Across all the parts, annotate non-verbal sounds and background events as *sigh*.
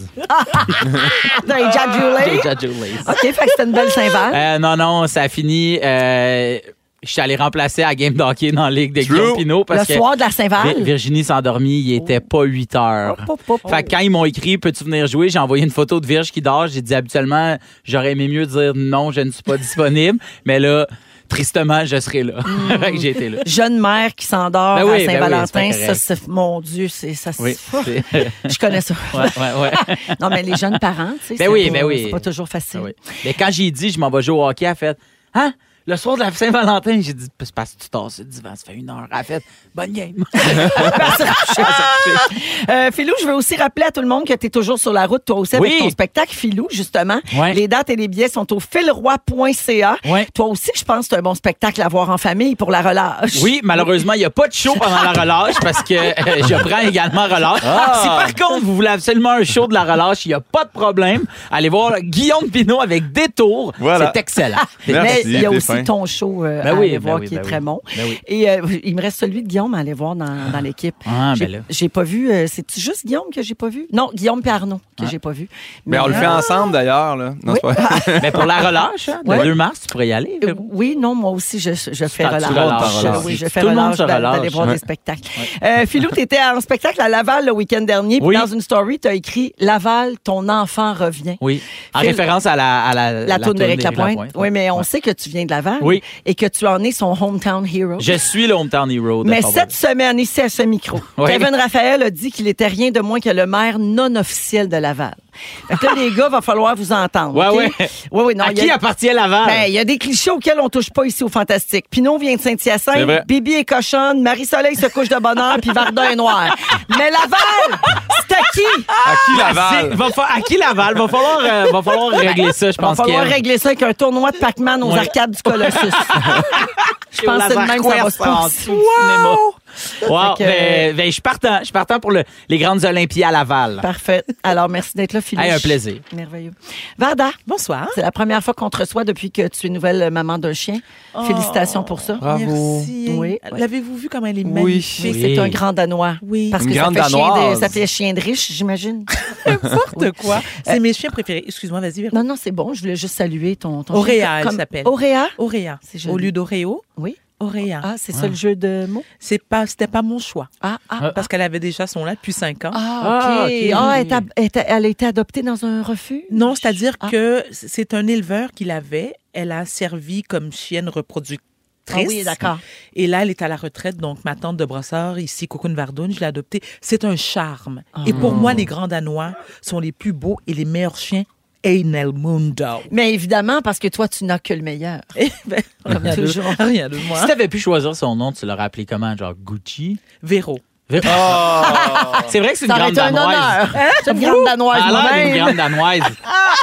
T'as éjaculé? J'ai jadulé. OK, fait que c'était une belle Saint-Val. Euh, non, non, ça a fini. euh, je suis allé remplacer à la game d'hockey dans la Ligue de True. Guillaume Pinot Le parce que soir de la Vi- Saint-Val. Virginie s'endormit, il était pas 8 heures. Hop, hop, hop. Fait que quand ils m'ont écrit, peux-tu venir jouer? J'ai envoyé une photo de Virge qui dort. J'ai dit habituellement, j'aurais aimé mieux dire non, je ne suis pas disponible. Mais là, tristement, je serai là. *laughs* Mm. Fait que j'ai été là. Jeune mère qui s'endort Ben oui, à ben oui, Saint-Valentin, c'est ça, pas c'est, mon Dieu, c'est, ça, *laughs* Oui. c'est- c'est- je connais ça. ouais, ouais, ouais. *laughs* non, mais les jeunes parents, tu sais, Ben c'est, oui, pas, ben oui. c'est pas toujours facile. Ah oui. Mais quand j'ai dit, je m'en vais jouer au hockey, elle a fait Hein? Le soir de la Saint-Valentin, j'ai dit, c'est parce que tu t'en sur le divan, ça fait une heure. Elle a fait, bonne game. Euh, Philou, je veux aussi rappeler à tout le monde que tu es toujours sur la route, toi aussi, Oui. avec ton spectacle Philou, justement. Ouais. Les dates et les billets sont au filroy.ca. Ouais. Toi aussi, je pense que c'est un bon spectacle à voir en famille pour la *laughs* relâche. Oui, malheureusement, il n'y a pas de show pendant la relâche parce que euh, je prends également relâche. Si par contre, vous voulez absolument un show de la relâche, il n'y a pas de problème. Allez voir Guillaume Pinot avec Détour. Voilà. C'est excellent. *laughs* Mais Merci, il y a t'es aussi fin. ton show euh, Ben à oui, aller ben voir oui, qui ben est oui. très bon. Ben oui. Et euh, il me reste celui de Guillaume à aller voir dans, dans l'équipe. Ah, j'ai, ben là. j'ai pas vu. euh, c'est juste Guillaume que j'ai pas vu? Non, Guillaume et Arnaud Ah. que j'ai pas vu. Mais Ben, on le fait ensemble d'ailleurs. là. Non, Oui. c'est pas vrai. Mais pour la relâche, hein, le Ouais. 2 mars, tu pourrais y aller. Euh, Oui, non, moi aussi, je, je fais Ah, tu relâche. relâches, Je- relâches. Oui, je Tout fais le monde relâche se d'a- relâche. d'aller voir Ouais. des spectacles. Euh, Philou, tu étais en spectacle à Laval le week-end dernier. puis Oui. dans une story, tu as écrit « Laval, ton enfant revient Oui. En Phil- référence à la à la, La, tourne toune de Éric d'Éric Lapointe. Oui, mais on Ouais. sait que tu viens de Laval Oui. et que tu en es son hometown hero. Je suis le hometown hero. de Mais Fort-Boyard. cette semaine, ici à ce micro, *laughs* Oui. Kevin Raphaël a dit qu'il était rien de moins que le maire non officiel de Laval. Fait que là, les gars, va falloir vous entendre. Ouais, OK? ouais. Ouais, ouais, non, à il y a- qui appartient Laval? Ben, il y a des clichés auxquels on touche pas ici au Fantastique. Pinot vient de C'est Saint-Hyacinthe, vrai. Bibi est cochonne, Marie-Soleil se couche de bonheur, puis Varda est noir. Mais Laval, c'est à qui? À *laughs* qui Ah, C'est- Laval? va fa- à qui Laval? Va falloir, euh, va falloir régler ça, je Il va pense. falloir Kev. régler ça avec un tournoi de Pac-Man aux Ouais. arcades du Colossus. Je Je pense que c'est le même que ça va se passer. Wow! Fait que- Ben, ben, je suis partant. Je suis partant pour le- les grandes Olympies à Laval. Parfait. Alors, merci d'être là, Philippe. Hey, un plaisir. Merveilleux. Varda, Bonsoir. c'est la première fois qu'on te reçoit depuis que tu es nouvelle maman d'un chien. Félicitations pour ça. Merci. Oui. L'avez-vous vu comment elle est Oui. *laughs* magnifique? Oui, c'est un grand Danois. Oui. Parce Une que ça grande fait, chien de, Danoise. ça fait chien de riche, j'imagine. N'importe quoi. C'est mes chiens préférés. Excuse-moi, vas-y, Véro. Non, non, c'est bon. Je voulais juste saluer ton, ton Auréa, chien. elle Comme- s'appelle. Auréa? Auréa. C'est joli. Au lieu d'Oreo, Oui. Auréa. Ah, c'est ça le jeu de mots? C'est pas, c'était pas mon choix. Ah, ah. Parce qu'elle avait déjà son là depuis cinq ans. Ah, OK. Ah, Ah, ok. elle, t'a- elle t'a- elle a été adoptée dans un refuge? Non, c'est-à-dire Ah. que c'est un éleveur qui l'avait. Elle a servi comme chienne reproductrice. Ah oui, d'accord. Et là, elle est à la retraite. Donc, ma tante de brossard, ici, Cocoon Vardoun, je l'ai adoptée. C'est un charme. Et pour moi, les grands Danois sont les plus beaux et les meilleurs chiens en el mundo. Mais évidemment, parce que toi, tu n'as que le meilleur. Eh ben, rien, de, toujours. rien de Si moi. t'avais pu choisir son nom, tu l'aurais appelé comment? Genre Gucci? Véro. Oh! *laughs* C'est vrai que c'est une Ça grande aurait été un danoise. honneur. C'est une grande danoise, Elle a l'air d'une moi-même. grande danoise. *laughs*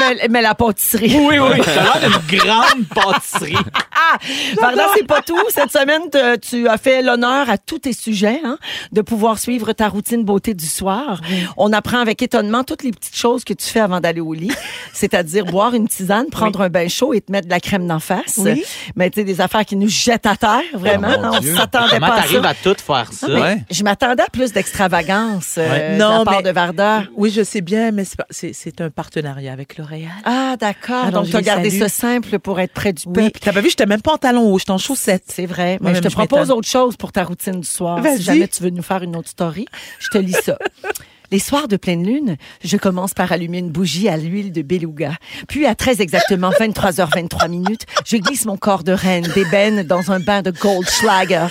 Mais, mais la pâtisserie. Oui, oui. Elle a l'air d'une grande pâtisserie. Ah! Varda, c'est pas tout. Cette semaine, te- tu as fait l'honneur à tous tes sujets hein, de pouvoir suivre ta routine beauté du soir. On apprend avec étonnement toutes les petites choses que tu fais avant d'aller au lit, c'est-à-dire boire une tisane, prendre un bain chaud et te mettre de la crème d'en face. Oui. Mais tu sais, des affaires qui nous jettent à terre, vraiment. Oh, mon on Dieu. s'attendait Comment pas à t'arrives ça. à tout faire ça? Ouais. Je m'attendais à plus d'extravagance euh, Ouais. de la Non, part mais- de Varda. Oui, je sais bien, mais c'est pas- c'est c'est un partenariat avec L'Oréal. Ah, d'accord. Alors, Donc, je tu as les gardé salue. ça simple pour être près du Oui, peuple. t'as pas vu, j'étais même pas en talons hauts, j'étais en chaussettes. C'est vrai. Mais Moi-même, je te je propose m'étonne. autre chose pour ta routine du soir. Si Vas-y. jamais tu veux nous faire une autre story, je te lis ça. *laughs* Les soirs de pleine lune, je commence par allumer une bougie à l'huile de beluga. Puis, à très exactement 23h23 minutes, je glisse mon corps de reine d'ébène dans un bain de Goldschlager.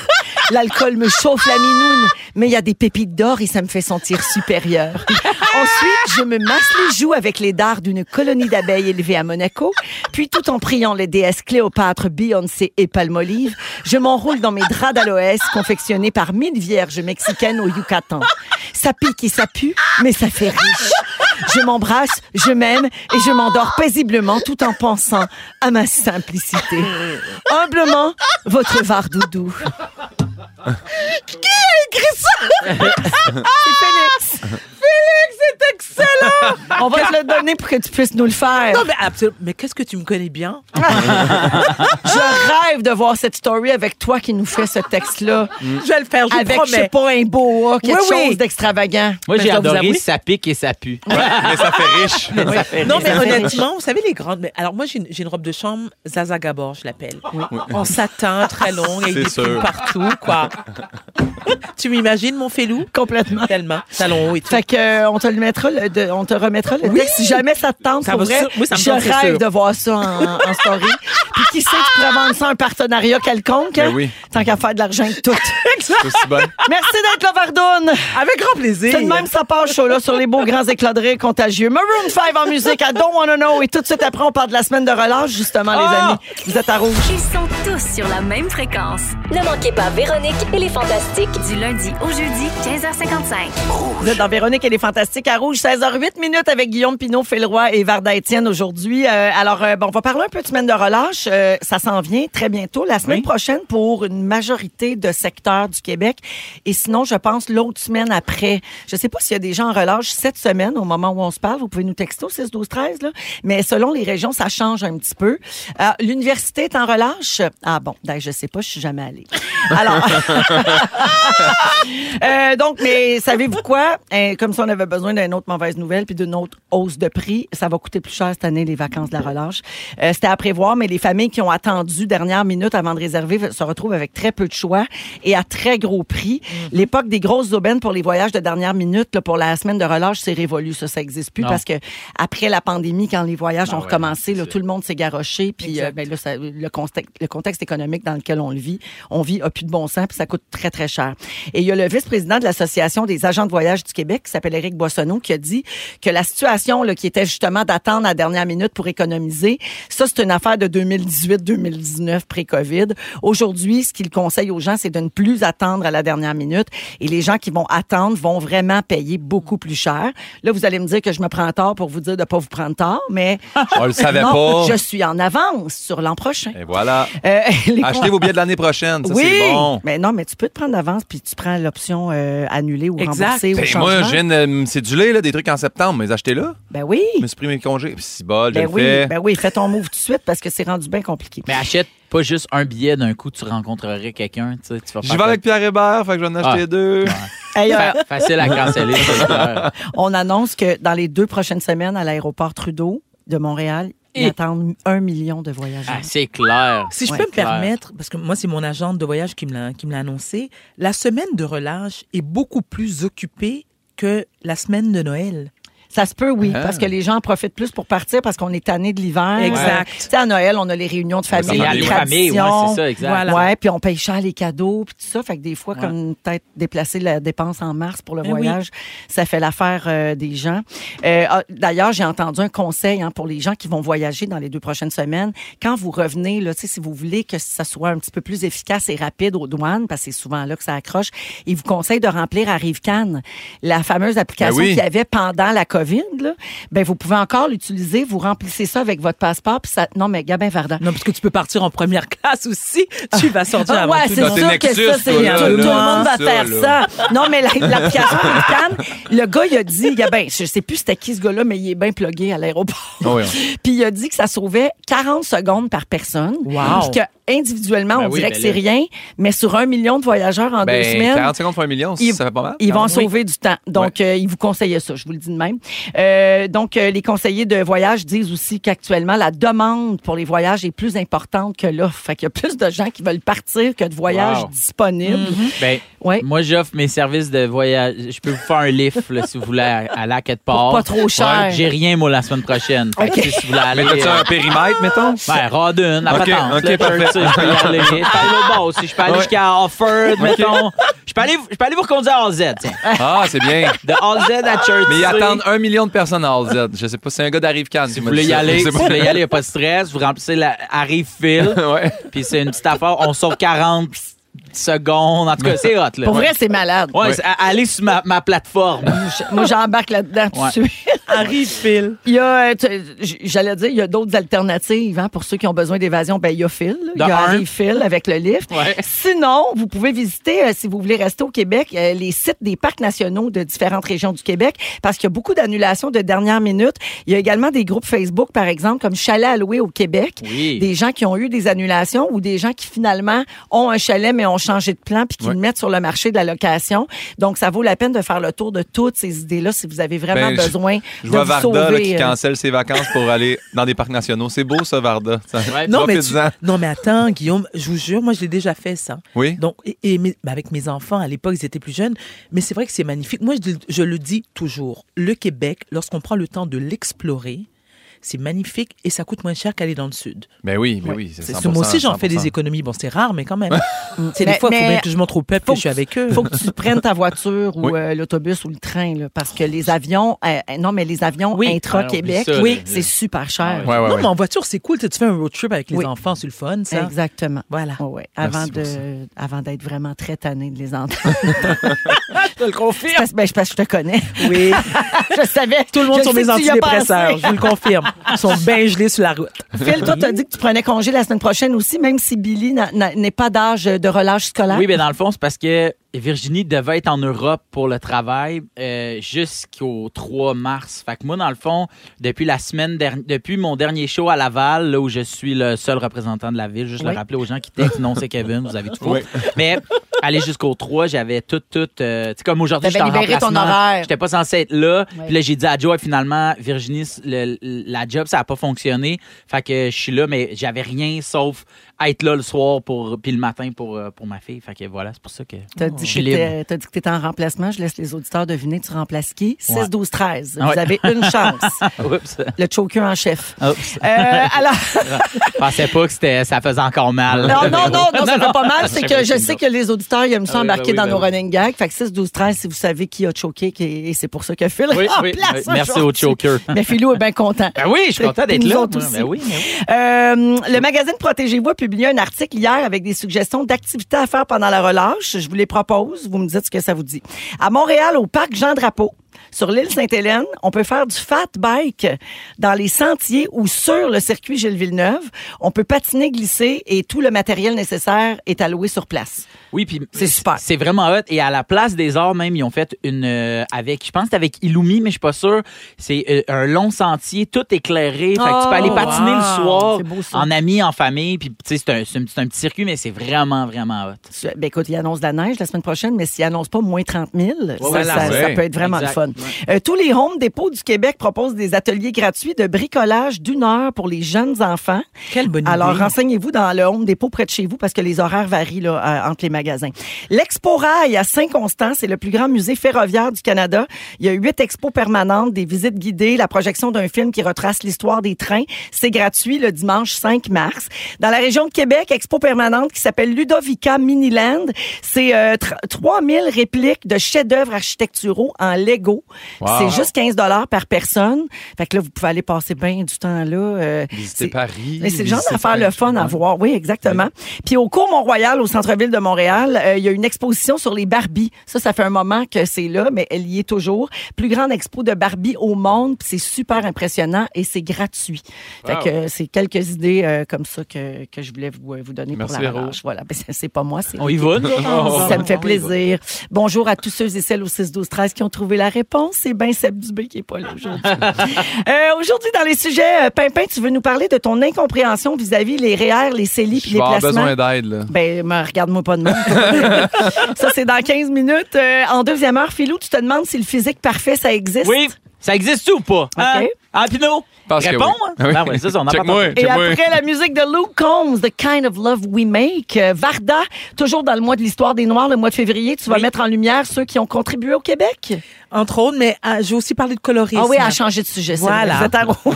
L'alcool me chauffe la minoune, mais il y a des pépites d'or et ça me fait sentir supérieure. *laughs* Ensuite, je me masse les joues avec les dards d'une colonie d'abeilles élevée à Monaco. Puis, tout en priant les déesses Cléopâtre, Beyoncé et Palmolive, je m'enroule dans mes draps d'aloès confectionnés par mille vierges mexicaines au Yucatan. Ça pique et ça pue, mais ça fait riche. Je m'embrasse, je m'aime et je m'endors paisiblement tout en pensant à ma simplicité. Humblement, votre vardoudou. Qui a écrit ça? C'est Félix. Félix, c'est excellent! On va te le donner pour que tu puisses nous le faire. Non, mais absolument. Mais qu'est-ce que tu me connais bien? *laughs* Je rêve de voir cette story avec toi qui nous fait ce texte-là. Je vais le faire, Mm. je vous Avec, je promets. sais pas, un boa, quelque Oui, oui. chose d'extravagant. Moi, Mais j'ai je dois vous adoré avouer- ça pique et ça pue. mais ça fait *laughs* riche. *laughs* Non, mais Ça fait honnêtement, vous savez, les grandes. mais alors, moi, j'ai une, j'ai une robe de chambre, Zaza Gabor, je l'appelle. En satin, très longue, avec C'est des sûr. plumes partout, quoi. tu m'imagines, mon félou? Complètement. Tellement. Salon haut et tout. Fait que euh, on te le mettra, le- de- on te remettra le texte. Si jamais ça te tente, Ça pour va vrai, sûr- oui, ça me je tente, c'est rêve sûr. de voir ça en, en *laughs* story. Puis qui sait, tu pourrais vendre ça à un partenariat quelconque. hein? Ben oui. Tant qu'à faire de l'argent avec *laughs* tout. C'est aussi bon. Merci d'être là, Vardoune. Avec grand plaisir. C'est de même que ça part chaud là sur les beaux grands éclats de rire contagieux. Maroon 5 en musique à Don't Wanna Know et tout de suite après on parle de la semaine de relâche justement les Ah! amis. Vous êtes à rouge. Ils sont tous sur la même fréquence. Ne manquez pas Véronique et les Fantastiques. Du lundi au jeudi, 15h55. Vous êtes dans Véronique et les Fantastiques à Rouge, 16h08 minutes avec Guillaume Pinot, Félroy et Varda Étienne aujourd'hui. Euh, alors, euh, bon, on va parler un peu de semaine de relâche. Euh, ça s'en vient très bientôt, la semaine prochaine pour une majorité de secteurs du Québec. Et sinon, je pense l'autre semaine après. Je sais pas s'il y a des gens en relâche cette semaine, au moment où on se parle. Vous pouvez nous texter au 6 12 13 là. Mais selon les régions, ça change un petit peu. Euh, L'université est en relâche. Ah bon, ben, je sais pas, je suis jamais allée. Alors. Euh, donc, mais savez-vous quoi? Euh, comme si on avait besoin d'une autre mauvaise nouvelle puis d'une autre hausse de prix, ça va coûter plus cher cette année les vacances de la relâche. Euh, C'était à prévoir, mais les familles qui ont attendu dernière minute avant de réserver se retrouvent avec très peu de choix et à très gros prix. Mm. L'époque des grosses aubaines pour les voyages de dernière minute, là, pour la semaine de relâche, c'est révolu. Ça, ça existe plus Non. parce que après la pandémie, quand les voyages Ah ont ouais, recommencé, là, c'est- tout le monde s'est garoché. Puis euh, ben là, ça- le, contexte, le contexte économique dans lequel on le vit, on vit a plus de bon sens, puis ça coûte très, très cher. Et il y a le vice-président de l'Association des agents de voyage du Québec, qui s'appelle Éric Boissonneau, qui a dit que la situation là, qui était justement d'attendre à la dernière minute pour économiser, ça, c'est une affaire de 2018-2019, pré-COVID. Aujourd'hui, ce qu'il conseille aux gens, c'est de ne plus attendre à la dernière minute. Et les gens qui vont attendre vont vraiment payer beaucoup plus cher. Là, vous allez me dire que je me prends tard pour vous dire de ne pas vous prendre tard, mais On le savait non, pas. Eh je suis en avance sur l'an prochain. Et voilà. Euh, *laughs* les Achetez vos billets de l'année prochaine. Ça, oui, c'est bon. mais non, mais tu peux te prendre d'avance puis tu prends l'option euh, annulée ou Exact. remboursée ou Ben, changement. moi, je viens de me céduler là, des trucs en septembre, mais achetez-là. Ben oui, Je me suis pris mes congés. Puis si bol, je ben le oui, fais. ben oui, fais ton move tout de suite parce que c'est rendu bien compliqué. Mais achète pas juste un billet d'un coup, tu rencontrerais quelqu'un. Tu sais, tu vas J'y faire vais avec Pierre Hébert, fait que j'en ai acheté Ah. deux. Hey, euh, Fa- Facile à canceller. *laughs* c'est clair. on annonce que dans les deux prochaines semaines à l'aéroport Trudeau de Montréal, ils Et- attendent un million de voyageurs. Ah, c'est clair. Si je Ouais, peux me clair. permettre, parce que moi, c'est mon agente de voyage qui me l'a- qui me l'a annoncé, la semaine de relâche est beaucoup plus occupée que la semaine de Noël. Ça se peut, oui, Ah. parce que les gens en profitent plus pour partir parce qu'on est tanné de l'hiver. Exact. Euh, Tu sais, à Noël, on a les réunions de famille, Il y a famille, les ouais. familles, ouais, traditions. c'est ça, exact. Voilà. Ouais, puis on paye cher les cadeaux, puis tout ça. Fait que des fois, Ouais. comme peut-être déplacer la dépense en mars pour le Eh oui. voyage, ça fait l'affaire euh, des gens. Euh, ah, D'ailleurs, j'ai entendu un conseil hein, pour les gens qui vont voyager dans les deux prochaines semaines. Quand vous revenez, là, tu sais, si vous voulez que ça soit un petit peu plus efficace et rapide aux douanes, parce que c'est souvent là que ça accroche, ils vous conseillent de remplir Arrive-Can, la fameuse application Ben oui. qu'il y avait pendant la COVID. Là. Ben, vous pouvez encore l'utiliser. Vous remplissez ça avec votre passeport, puis ça... Non, mais Gabin Varda, Non, parce que tu peux partir en première *laughs* classe aussi. Tu vas sortir ah, avant ouais, tout c'est le Dans monde. tes sûr que Nexus, ça, c'est tout, toi, là, tout le là, monde va ça, faire là. ça. Non, mais la- l'application Cannes, le gars, il a dit, il a, ben, je sais plus c'était qui ce gars-là, mais il est bien plugué à l'aéroport. Ah oui, *laughs* Puis il a dit que ça sauvait 40 secondes par personne. Wow. Puis que individuellement, Ben on oui, dirait ben que c'est là. rien, mais sur un million de voyageurs en deux Ben, semaines. 40 secondes pour un million, Il- ça fait pas mal. Ils vont Ah Non? sauver du temps. Donc, euh, ils vous conseillaient ça, je vous le dis de même. Euh, donc, euh, les conseillers de voyage disent aussi qu'actuellement, la demande pour les voyages est plus importante que l'offre. Fait qu'il y a plus de gens qui veulent partir que de voyages Wow. disponibles. Ben, Ouais. Moi, j'offre mes services de voyage. Je peux vous faire un lift, là, si vous voulez, à, à la quête part. Pour pas trop cher. J'ai rien, moi, la semaine prochaine. Fait que, tu sais, si vous voulez aller. Mais t'as-tu euh, un périmètre, mettons? Ben, Rodden, la Ok, patente. ok, là, parfait. tu sais, Je peux y aller. Je peux aller au bas aussi. Je peux aller Ouais. jusqu'à Offord, mettons. Je peux, aller, je peux aller vous reconduire à All-Z, tiens. Ah, *laughs* c'est bien. De All-Z à Church. Mais ils attendent un million de personnes à All Z. Je sais pas, c'est un gars d'Arrive Cannes. Si vous voulez y aller, si vous voulez y aller, y *laughs* a pas de stress. Vous remplissez la arrive fil. Puis c'est une petite affaire. On sauve 40 secondes. En tout cas, c'est hot. Là. Pour vrai, c'est malade. Ouais, c'est- a- allez sur ma, ma plateforme. Moi, j'embarque là-dedans tout de Ouais. suite. Harry Phil. Il y a, euh, tu- j- j'allais dire, il y a d'autres alternatives hein, pour ceux qui ont besoin d'évasion. Ben, il y a Phil, là. il y De a un. Harry Phil avec le lift. Ouais. Sinon, vous pouvez visiter, euh, si vous voulez rester au Québec, euh, les sites des parcs nationaux de différentes régions du Québec, parce qu'il y a beaucoup d'annulations de dernière minute. Il y a également des groupes Facebook, par exemple, comme Chalet à louer au Québec, Oui. des gens qui ont eu des annulations ou des gens qui finalement ont un chalet mais ont changé de plan puis qui le mettent sur le marché de la location. Donc, ça vaut la peine de faire le tour de toutes ces idées-là si vous avez vraiment Ben, je- besoin Je de vois vous Varda là, sauver. qui euh, cancelle ses vacances pour aller dans des parcs nationaux. C'est beau, ça, Varda. Ça- Ouais, Non mais, tu- Profites-en. non, mais attends, Guillaume, je vous jure, moi, je l'ai déjà fait, ça. Oui. Donc, et, et mes- ben, avec mes enfants, à l'époque, ils étaient plus jeunes. Mais c'est vrai que c'est magnifique. Moi, je, le- je le dis toujours. Le Québec, lorsqu'on prend le temps de l'explorer, c'est magnifique et ça coûte moins cher qu'aller dans le Sud. Ben oui, ben oui. C'est- 100%, Moi aussi, j'en fais 100%. des économies. Bon, c'est rare, mais quand même. *laughs* c'est des Mais- fois, il faut mais- bien que je montre au peuple Faut que je suis que- avec eux. *laughs* faut que tu prennes ta voiture ou Oui. euh, l'autobus ou le train là, parce que les avions euh, euh, non mais les avions Oui. intra-Québec Ah, oublie ça, oui, là. Ah c'est super cher. Ouais, ouais, non, ouais. mais en voiture, c'est cool. Tu sais, tu fais un road trip avec les Oui. enfants, c'est le fun, ça. Exactement. Voilà. Ouais, ouais. Avant Merci pour ça. de, avant d'être vraiment très tanné de les entendre. je te le confirme. Parce, ben, je- parce que je te connais. Oui. *laughs* Je savais. Tout le monde Je sur sais mes que tu y as antidépresseurs, pensé. je vous le *laughs* confirme. Ils sont bien gelés sur la route. Phil, toi, t'as dit que tu prenais congé la semaine prochaine aussi, même si Billy n'a- n'a- n'est pas d'âge de relâche scolaire. Oui, mais dans le fond, c'est parce que Virginie devait être en Europe pour le travail euh, jusqu'au 3 mars. Fait que moi, dans le fond, depuis la semaine dernière, depuis mon dernier show à Laval, là où je suis le seul représentant de la ville, juste Oui. le rappeler aux gens qui textent, non, c'est Kevin, vous avez tout faux. Oui. Mais aller jusqu'au 3, j'avais tout, tout. euh, tu sais, comme aujourd'hui, T'avais j'étais en libéré ton remplacement. horaire. J'étais pas censé être là. Oui. Puis là, j'ai dit à Joe, finalement, Virginie, le- la job, ça a pas fonctionné. Fait que je suis là, mais j'avais rien sauf être là le soir pour puis le matin pour, euh, pour ma fille. Fait que voilà, c'est pour ça que T'as dit, je que suis Oh. libre. t'étais- t'as dit que t'étais en remplacement. Je laisse les auditeurs deviner. Tu remplaces qui? 6, Ouais. 12, 13. Vous Ah ouais. avez *laughs* une chance. Oups. Le choker en chef. Oups. Euh, *laughs* alors, Je pensais pas que c'était- ça faisait encore mal. non, non, non, non, ça Non, fait pas mal. non, C'est je que savais je que sais que les auditeurs, ils aiment ça Ah oui, ben embarquer oui, dans ben nos oui. running gags. Fait que 6, 12, 13, si vous savez qui a choqué, qui- et c'est pour ça que Phil Oui, oui, remplace oui. Merci au aujourd'hui. choker. Mais Philou est bien content. Ben oui, je suis content d'être Puis nous là. autres moi. aussi. Ben oui, ben oui. Euh, le magazine Protégez-vous a publié un article hier avec des suggestions d'activités à faire pendant la relâche. Je vous les propose. Vous me dites ce que ça vous dit. À Montréal, au parc Jean-Drapeau, sur l'île Sainte-Hélène, on peut faire du fat bike dans les sentiers ou sur le circuit Gilles Villeneuve. On peut patiner, glisser et tout le matériel nécessaire est alloué sur place. Oui, puis C'est super. C'est vraiment hot. Et à la place des arts, même, ils ont fait une euh, avec, je pense, que c'est avec Illumi, mais je suis pas sûr. C'est euh, un long sentier, tout éclairé. fait que tu peux aller Oh, patiner le wow. soir C'est beau, ça. en ami, en famille. Puis tu sais, c'est un, c'est un petit- c'est un petit circuit, mais c'est vraiment, vraiment hot. Ben écoute, il annonce de la neige la semaine prochaine, mais s'il annonce pas moins 30 000, ça, voilà. ça- Ouais. ça peut être vraiment Exact. le fun. Euh, tous les Home Depot du Québec proposent des ateliers gratuits de bricolage d'une heure pour les jeunes enfants. Quelle bonne idée. Alors, renseignez-vous dans le Home Depot près de chez vous parce que les horaires varient là, euh, entre les magasins. L'Expo Rail à Saint-Constant, c'est le plus grand musée ferroviaire du Canada. Il y a huit expos permanentes, des visites guidées, la projection d'un film qui retrace l'histoire des trains. C'est gratuit le dimanche 5 mars. Dans la région de Québec, expo permanente qui s'appelle Ludovica Miniland. C'est euh, tr- 3000 répliques de chefs-d'œuvre architecturaux en Lego. Wow. C'est juste 15 dollars par personne. Fait que là, vous pouvez aller passer bien du temps là. euh, Visiter c'est- Paris. mais c'est le genre visiter d'affaire le fun à Ouais. voir, oui, exactement. Puis au cours Mont-Royal, au centre-ville de Montréal, euh, il y a une exposition sur les Barbies. Ça, ça fait un moment que c'est là, mais elle y est toujours. Plus grande expo de Barbie au monde, puis c'est super impressionnant et c'est gratuit. Fait Wow. que euh, c'est quelques idées euh, comme ça que, que je voulais vous, euh, vous donner Merci, pour la Véro. relâche. Voilà, *laughs* Ben, c'est- c'est pas moi, c'est... On y va, Oh. nous autres? Ça me fait plaisir. Bonjour à tous ceux et celles au 6-12-13 qui ont trouvé la réponse. C'est ben Seb Dubé qui est pas là *laughs* aujourd'hui. Euh, aujourd'hui, dans les sujets, euh, Pimpin, tu veux nous parler de ton incompréhension vis-à-vis les REER, les CELI Je puis vais les avoir placements. besoin d'aide, là. Ben, me regarde-moi pas de *laughs* même. ça, c'est dans 15 minutes. Euh, en deuxième heure, Philou, tu te demandes si le physique parfait, ça existe. Oui, ça existe ou pas? Hein? Hein, Pino? Parce que Réponds, oui. hein? Oui. Ben ouais, ça, ça, on en Check-moi. parle. Et Chez moi. après la musique de Luke Combs, The Kind of Love We Make, Euh, Varda, toujours dans le mois de l'histoire des Noirs, le mois de février, tu vas Oui. mettre en lumière ceux qui ont contribué au Québec. Entre autres, mais ah, j'ai aussi parlé de colorisme. Ah oui, à changer de sujet. c'est vrai. Voilà. Vous êtes à rouge.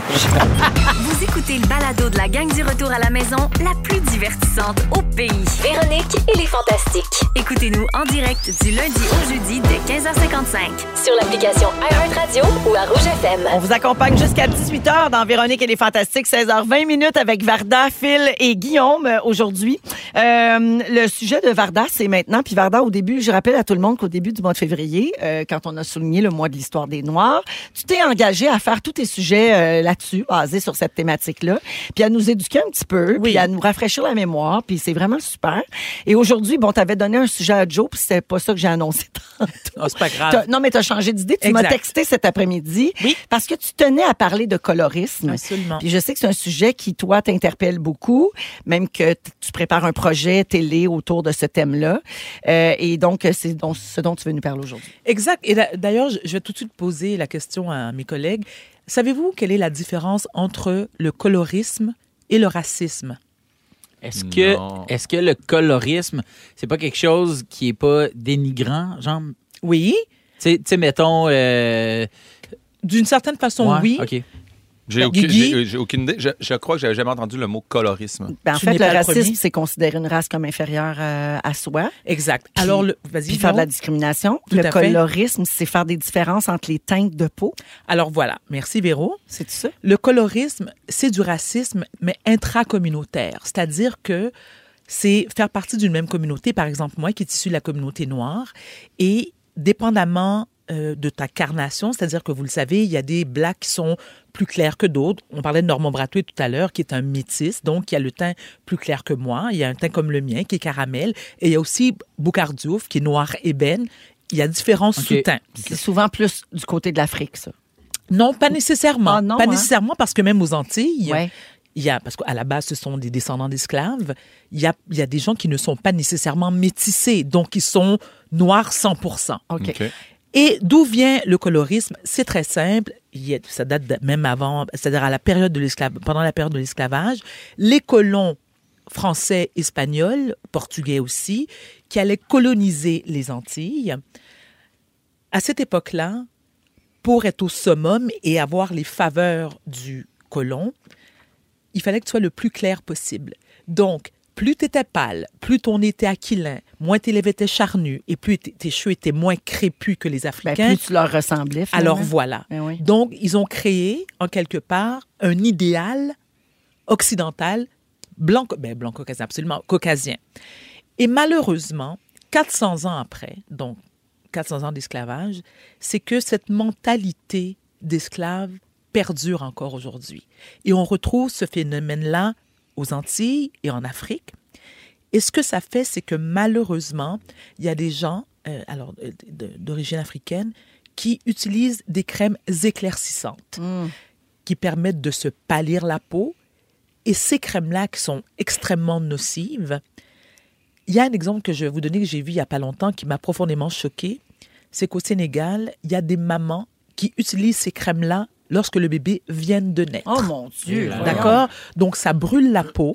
Vous écoutez le balado de la gang du retour à la maison, la plus divertissante au pays. Véronique et les Fantastiques. Écoutez-nous en direct du lundi au jeudi dès 15h55. Sur l'application iHeartRadio ou à Rouge FM. *laughs* On vous accompagne jusqu'à 18h dans Véronique et les Fantastiques, 16h20 minutes avec Varda, Phil et Guillaume euh, aujourd'hui. Euh, le sujet de Varda, c'est maintenant. Puis Varda, au début, je rappelle à tout le monde qu'au début du mois de février, euh, quand on a souligné le mois de l'histoire des Noirs, tu t'es engagé à faire tous tes sujets euh, là-dessus, basés sur cette thématique-là, puis à nous éduquer un petit peu, puis à nous rafraîchir la mémoire, puis c'est vraiment super. Et aujourd'hui, bon, t'avais donné un sujet à Joe, puis c'est pas ça que j'ai annoncé *laughs* tantôt. Ah, c'est pas grave. T'as- Non, mais tu as changé d'idée. Tu m'as Exact. texté cet après-midi parce que tu tenais à parler de colorisme. Absolument. Puis je sais que c'est un sujet qui, toi, t'interpelle beaucoup, même que t- tu prépares un projet télé autour de ce thème-là. Euh, et donc, c'est donc ce dont tu veux nous parler aujourd'hui. Exact. Et là, d'ailleurs, je je vais tout de suite poser la question à mes collègues. Savez-vous quelle est la différence entre le colorisme et le racisme? Est-ce que, Non. est-ce que le colorisme, c'est pas quelque chose qui est pas dénigrant, genre? Oui. Tu sais- tu sais, mettons... euh, D'une certaine façon, ouais, oui. OK. J'ai aucune, Guigui? j'ai- j'ai aucune idée. Je, je crois que j'avais jamais entendu le mot colorisme. Ben, en Tu fait, n'es le pas le racisme, premier. c'est considérer une race comme inférieure euh, à soi, Exact. Alors, le- vas-y. puis faire de la Véro. discrimination. Tout le à fait. colorisme, c'est faire des différences entre les teintes de peau. Alors voilà. Merci, Véro. C'est ça? Le colorisme, c'est du racisme, mais intracommunautaire. C'est-à-dire que c'est faire partie d'une même communauté. Par exemple, moi qui est issu de la communauté noire, et dépendamment euh, de ta carnation, c'est-à-dire que vous le savez, il y a des blacks qui sont plus clairs que d'autres. On parlait de Normand Bratoué tout à l'heure, qui est un métis, donc il y a le teint plus clair que moi, il y a un teint comme le mien qui est caramel, et il y a aussi Boucard Diouf, qui est noir ébène. Il y a différents sous-teints. C'est souvent plus du côté de l'Afrique, ça. Non, pas nécessairement. Ah non, pas hein? nécessairement parce que même aux Antilles, Ouais. il y a, parce qu'à la base, ce sont des descendants d'esclaves, il y a, il y a des gens qui ne sont pas nécessairement métissés, donc ils sont noirs 100 OK. OK. Et d'où vient le colorisme C'est très simple. Il y a- ça date de- même avant, c'est-à-dire à la période de l'esclav- pendant la période de l'esclavage, les colons français, espagnols, portugais aussi, qui allaient coloniser les Antilles. À cette époque-là, pour être au summum et avoir les faveurs du colon, il fallait que tu sois le plus clair possible. Donc, plus tu étais pâle, plus ton nez était aquilin, moins tes lèvres étaient charnues et plus t- tes cheveux étaient moins crépus que les Ben, Africains. plus tu leur ressemblais, finalement. Alors voilà. Ben oui. Donc, ils ont créé, en quelque part, un idéal occidental, blanc, ben, blanc caucasien, absolument, caucasien. Et malheureusement, 400 ans après, donc 400 ans d'esclavage, c'est que cette mentalité d'esclave perdure encore aujourd'hui. Et on retrouve ce phénomène-là aux Antilles et en Afrique. Et ce que ça fait, c'est que malheureusement, il y a des gens euh, alors euh, de- de- d'origine africaine qui utilisent des crèmes éclaircissantes Mm. qui permettent de se pâlir la peau. Et ces crèmes-là qui sont extrêmement nocives, il y a un exemple que je vais vous donner que j'ai vu il n'y a pas longtemps qui m'a profondément choquée. C'est qu'au Sénégal, il y a des mamans qui utilisent ces crèmes-là lorsque le bébé vient de naître. Oh mon Dieu! D'accord Donc ça brûle la peau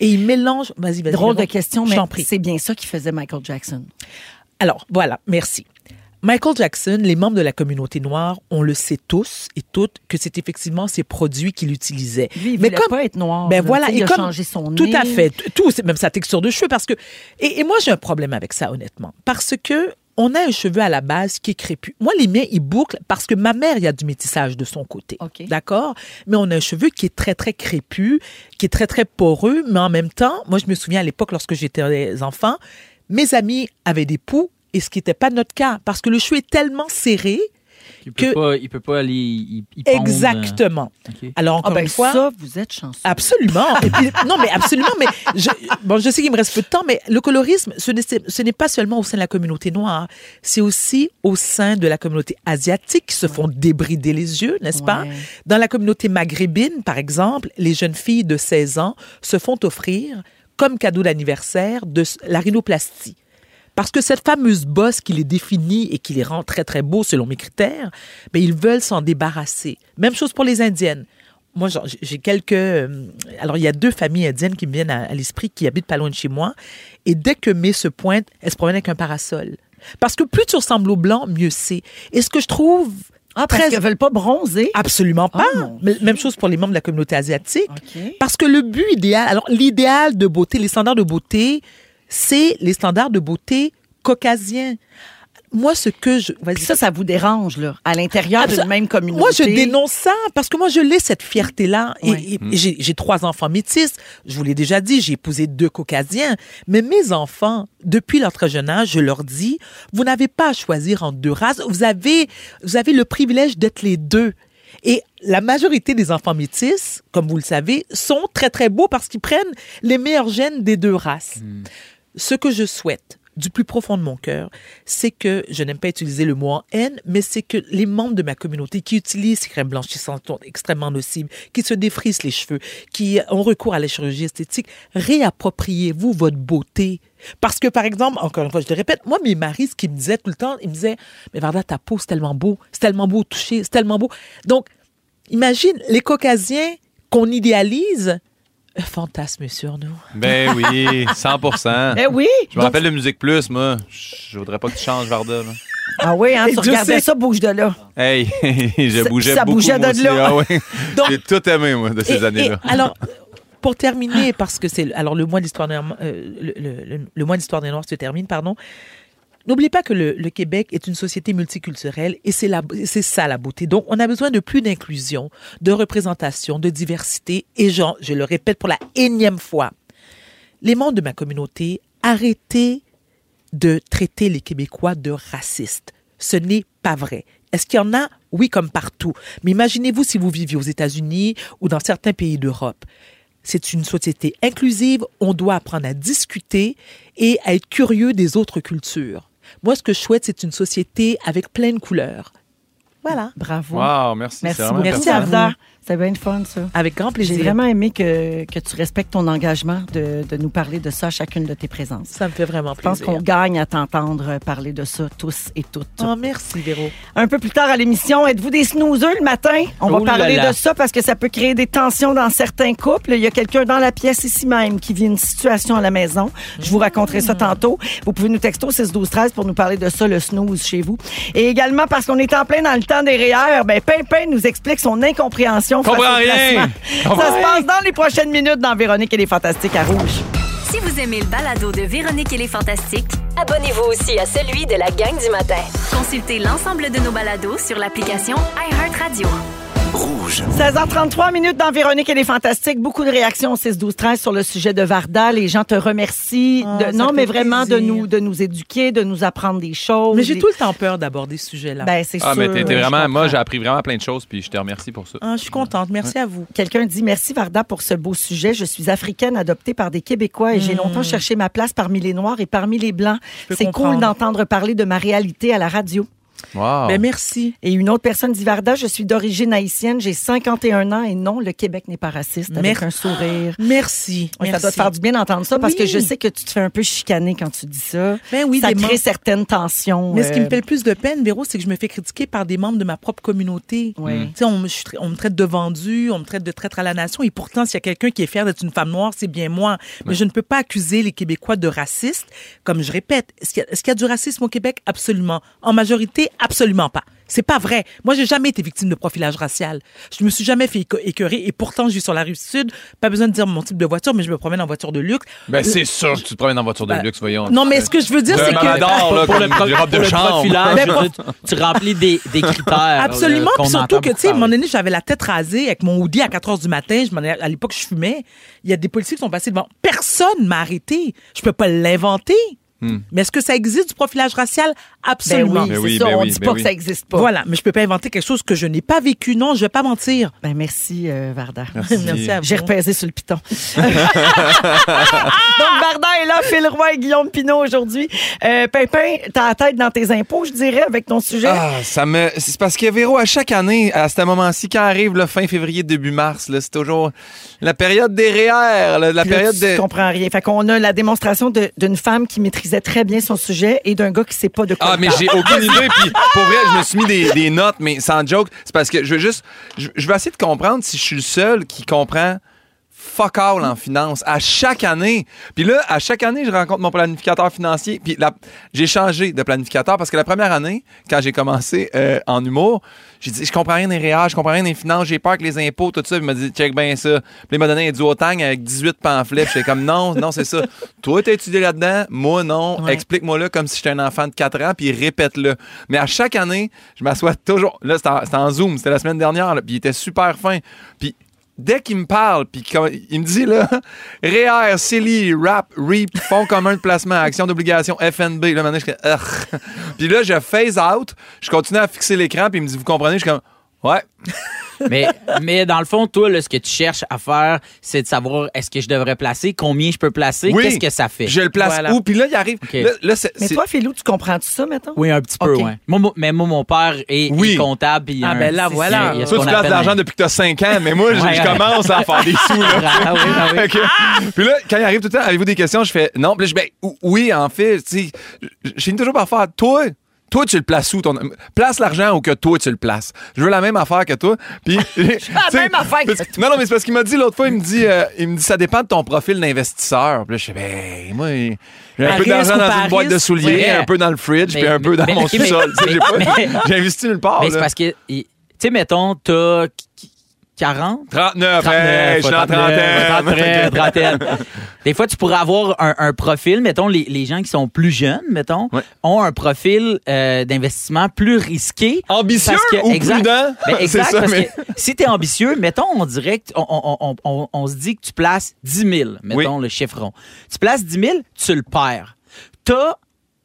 et ils mélangent. Vas-y, vas-y. Drôle de Véro, question, je mais t'en prie. c'est bien ça qui faisait Michael Jackson. Alors, voilà, merci. Michael Jackson, les membres de la communauté noire, on le sait tous et toutes que c'est effectivement ces produits qu'il utilisait. Lui, il Mais voulait comme pas être noir. ben là. voilà, Tu sais, et Oh, il a comme changé son tout nez. à fait, t- tout, c'est même sa texture de cheveux parce que et, et moi j'ai un problème avec ça honnêtement parce que on a un cheveu à la base qui est crépu. Moi les miens ils bouclent parce que ma mère il y a du métissage de son côté, Ok. d'accord, mais on a un cheveu qui est très très crépu, qui est très très poreux, mais en même temps, moi je me souviens à l'époque lorsque j'étais enfant, mes amis avaient des poux et ce qui n'était pas notre cas parce que le cheveu est tellement serré. Il peut Que- pas, il peut pas aller... Il, il pondre, euh, Exactement. OK. ben. Alors Ah encore ben une fois, ça, vous êtes chanceux. Absolument. Et puis- non, mais absolument. Mais je, bon, je sais qu'il me reste peu de temps, mais le colorisme, ce n'est- ce n'est pas seulement au sein de la communauté noire, c'est aussi au sein de la communauté asiatique qui se font débrider les yeux, n'est-ce pas? Ouais. Dans la communauté maghrébine, par exemple, les jeunes filles de 16 ans se font offrir, comme cadeau d'anniversaire, de s- la rhinoplastie. Parce que cette fameuse bosse qui les définit et qui les rend très, très beaux selon mes critères, ben, ils veulent s'en débarrasser. Même chose pour les Indiennes. Moi, j'en- j'ai- j'ai quelques... euh, Alors, il y a deux familles indiennes qui me viennent à, à l'esprit, qui habitent pas loin de chez moi. Et dès que mes se pointent, elles se promènent avec un parasol. Parce que plus tu ressembles au blanc, mieux c'est. Et ce que je trouve... Ah, parce très- qu'elles veulent pas bronzer. Absolument pas. Ah, mon Mais Même chose pour les membres de la communauté asiatique. OK. Parce que le but idéal, alors l'idéal de beauté, les standards de beauté, c'est les standards de beauté caucasiens. Moi, ce que je... vas-y. Puis ça, ça vous dérange, là, à l'intérieur Absol- d'une même communauté. Moi, je dénonce ça parce que moi, je l'ai cette fierté-là. Et- Ouais. Et, et j'ai j'ai trois enfants métis. Je vous l'ai déjà dit, j'ai épousé deux caucasiens. Mais mes enfants, depuis leur très jeune âge, je leur dis, vous n'avez pas à choisir entre deux races. Vous avez, vous avez le privilège d'être les deux. Et la majorité des enfants métis, comme vous le savez, sont très, très beaux parce qu'ils prennent les meilleurs gènes des deux races. Ce que je souhaite du plus profond de mon cœur, c'est que, je n'aime pas utiliser le mot en haine, mais c'est que les membres de ma communauté qui utilisent ces crèmes blanchissantes sont extrêmement nocives, qui se défrisent les cheveux, qui ont recours à la chirurgie esthétique, réappropriez-vous votre beauté. Parce que, par exemple, encore une fois, je le répète, moi, mes maris, ce qu'ils me disaient tout le temps, ils me disaient, mais Varda, ta peau, c'est tellement beau, c'est tellement beau au toucher, c'est tellement beau. Donc, imagine, les Caucasiens qu'on idéalise, euh, fantasment sur nous. Ben *laughs* oui, 100 Eh oui! Je me rappelle de Musique Plus, moi. Je voudrais pas que tu changes, Varda. là. Ah oui, hein, Et tu Dieu regardais sait. ça, bouge de là. Hey, *laughs* je Ça- bougeais ça beaucoup. bougeait moi de aussi. là. *laughs* Ah ouais. Donc- J'ai tout aimé, moi, de Et- ces et années-là. alors, pour terminer, parce que c'est alors le mois de l'histoire des Noirs, euh, le, le- le- le mois de l'histoire des Noirs se termine, pardon. N'oubliez pas que le, le Québec est une société multiculturelle et c'est la- c'est ça la beauté. Donc, on a besoin de plus d'inclusion, de représentation, de diversité. Et genre, je le répète pour la énième fois, les membres de ma communauté, arrêtez de traiter les Québécois de racistes. Ce n'est pas vrai. Est-ce qu'il y en a? Oui, comme partout. Mais imaginez-vous si vous viviez aux États-Unis ou dans certains pays d'Europe. C'est une société inclusive. On doit apprendre à discuter et à être curieux des autres cultures. Moi, ce que je souhaite, c'est une société avec plein de couleurs. Voilà. Bravo. Wow, merci. c'est Merci vraiment beaucoup, Merci à vous. Arda. C'était bien le fun, ça. Avec grand J'ai plaisir. vraiment aimé que, que tu respectes ton engagement de, de nous parler de ça à chacune de tes présences. Ça me fait vraiment Je pense plaisir. qu'on gagne à t'entendre euh, parler de ça tous et toutes. Oh, merci, Véro. Un peu plus tard à l'émission, êtes-vous des snoozers le matin? On Oh va là parler là. de ça parce que ça peut créer des tensions dans certains couples. Il y a quelqu'un dans la pièce ici même qui vit une situation à la maison. Je vous raconterai Mm. ça tantôt. Vous pouvez nous texto 612-13 pour nous parler de ça, le snooze chez vous. Et également parce qu'on est en plein dans le temps des REER, ben Pimpin nous explique son incompréhension. face Comprends au rien. placement. Comprends Ça se passe dans les prochaines minutes dans Véronique et les Fantastiques à Rouge. Si vous aimez le balado de Véronique et les Fantastiques, Abonnez-vous aussi à celui de la gang du matin. consultez l'ensemble de nos balados sur l'application iHeartRadio. 16h33 minutes dans Véronique et les Fantastiques. Beaucoup de réactions au 6-12-13 sur le sujet de Varda. Les gens te remercient. Ah, de- ça non, fait mais vraiment de plaisir. nous, de nous éduquer, de nous apprendre des choses. Mais j'ai Des- tout le temps peur d'aborder ce sujet-là. Ben, c'est Ah, sûr. mais t'es t'es je vraiment. Moi, comprends. j'ai appris vraiment plein de choses, puis je te remercie pour ça. Ah, je suis contente. Merci à vous. Quelqu'un dit merci Varda pour ce beau sujet. Je suis africaine adoptée par des Québécois et j'ai longtemps cherché ma place parmi les Noirs et parmi les Blancs. Hmm. peux C'est cool comprendre. d'entendre parler de ma réalité à la radio. Wow. Ben, merci. Et une autre personne dit Varda, je suis d'origine haïtienne, j'ai 51 ans et non, le Québec n'est pas raciste. Avec Merci. un sourire. Merci. Oui, ça Merci. doit te faire du bien d'entendre ça parce que Oui. je sais que tu te fais un peu chicaner quand tu dis ça. Ben oui, ça des crée mem- certaines tensions. Mais ce qui euh, me fait le plus de peine, Véro, c'est que je me fais critiquer par des membres de ma propre communauté. Oui. Tu sais, on, me- je suis tra- on me traite de vendu, on me traite de traître à la nation. Et pourtant, s'il y a quelqu'un qui est fier d'être une femme noire, c'est bien moi. Mais je ne peux pas accuser les Québécois de racistes. Comme je répète, est-ce qu'il y, a- est-ce qu'il y a du racisme au Québec? Absolument. En majorité, absolument pas. C'est pas vrai. Moi, j'ai jamais été victime de profilage racial. Je me suis jamais fait éco- écœurer. Et pourtant, je vis sur la rive sud. Pas besoin de dire mon type de voiture, mais je me promène en voiture de luxe. Ben, c'est sûr que tu te promènes en voiture de Ben, luxe, voyons. Non, mais ce que je veux dire, Ben, c'est que. Mamador, là, Pour le, comme pro- des robes pour de le chambre. profilage, je veux dire, tu, tu remplis des, des *laughs* critères. là, Absolument. Euh, qu'on Puis surtout entend que, tu beaucoup sais, à un parler. moment donné, j'avais la tête rasée avec mon hoodie à 4 heures du matin. Je m'en ai- à l'époque, je fumais. Il y a des policiers qui sont passés devant. Personne m'a arrêté. Je peux pas l'inventer. Hmm. Mais est-ce que ça existe du profilage racial? Ben Absolument. oui, Ben c'est oui, ça. ben on oui, dit ben pas oui. que ça n'existe pas. Voilà. Mais je peux pas inventer quelque chose que je n'ai pas vécu. Non, je vais pas mentir. Ben, merci, euh, Varda. *laughs* Merci à vous. J'ai repaisé sur le *laughs* piton. *laughs* Donc, Varda est là, Phil Roy et Guillaume Pinot aujourd'hui. Euh, Pimpin, t'as la tête dans tes impôts, je dirais, avec ton sujet. Ah, ça me. C'est parce que Véro, à chaque année, à ce moment-ci, quand arrive le fin février, début mars, là, c'est toujours la période des REER, là, la Puis là, période tu des. comprends rien. Fait qu'on a la démonstration de- d'une femme qui maîtrisait très bien son sujet et d'un gars qui sait pas de quoi Ah, il mais parle. j'ai *laughs* aucune idée. Puis pour vrai, je me suis mis des, des notes, mais sans joke. C'est parce que je veux juste. Je, je vais essayer de comprendre si je suis le seul qui comprend fuck all en finance à chaque année. Puis là, à chaque année, je rencontre mon planificateur financier. Puis la- j'ai changé de planificateur parce que la première année, quand j'ai commencé euh, en humour, j'ai dit, je comprends rien des réels, je comprends rien des finances, j'ai peur que les impôts, tout ça. Puis il m'a dit, check bien ça. Puis il m'a donné un duotang avec 18 pamphlets. Puis j'étais comme, non, non, c'est ça. Toi, t'as étudié là-dedans, moi, non. Ouais. Explique-moi-le comme si j'étais un enfant de 4 ans, puis répète-le. Mais à chaque année, je m'assois toujours. Là, c'était en, c'était en Zoom, c'était la semaine dernière, là, puis il était super fin. Puis dès qu'il me parle, puis quand- il me dit là, REER, CELI, RAP, REAP, Fonds commun de placement, Action d'obligation, FNB. Là, maintenant, je suis comme, Ugh. Puis là, je phase out, je continue à fixer l'écran, puis il me dit, vous comprenez? Je suis comme, ouais. mais, mais dans le fond, toi, là, ce que tu cherches à faire, c'est de savoir est-ce que je devrais placer, combien je peux placer, Oui. qu'est-ce que ça fait. Je le place Voilà. où? Puis là, il arrive. Là, là, c'est- Mais c'est- toi, Philou, tu comprends tout ça maintenant? Oui, un petit peu, Ok. ouais. Moi, moi- mais moi, mon père est, Oui. est comptable. puis il y a Ah, un- ben là, c'est- voilà. il y a ce Toi, qu'on tu places de appelle l'argent un- depuis que t'as 5 ans, *laughs* mais moi, je, Ouais, je ouais. commence à faire des sous, là. *laughs* Ah oui, ah *laughs* oui. Fait que- Puis là, quand il arrive tout le temps, avez-vous des questions? Je fais non. Puis là, je ben, ou- oui, en fait, tu sais, je je finis toujours par faire toi. Toi, tu le places où ton. Place l'argent ou que toi, tu le places. Je veux la même affaire que toi. *laughs* Puis. tu sais, même affaire que parce- Non, non, mais c'est parce qu'il m'a dit l'autre fois, il me dit, euh, il me dit, ça dépend de ton profil d'investisseur. Puis là, je fais, ben, moi, j'ai À un peu risque d'argent ou dans pas à une boîte de risque? souliers, Ouais. un peu dans le fridge, Mais- puis un peu dans mais- mon mais- sous-sol. Tu sais, J'ai pas- mais- j'ai investi nulle part. Mais c'est là. parce que, il- tu sais, mettons, t'as qu- qu- 40. 39, hey, 39, je suis en 39, trentaine. 33, trentaine. Des fois, tu pourrais avoir un, un profil, mettons, les, les gens qui sont plus jeunes, mettons, Ouais. ont un profil euh, d'investissement plus risqué. Ambitieux Parce que- ou exact. prudent? *laughs* Ben, *laughs* C'est exact, ça, parce mais- que si tu es ambitieux, mettons, on dirait que tu- on, on- on- on- on se dit que tu places 10 000, mettons le chiffron. Tu places 10 000, tu le perds. Tu as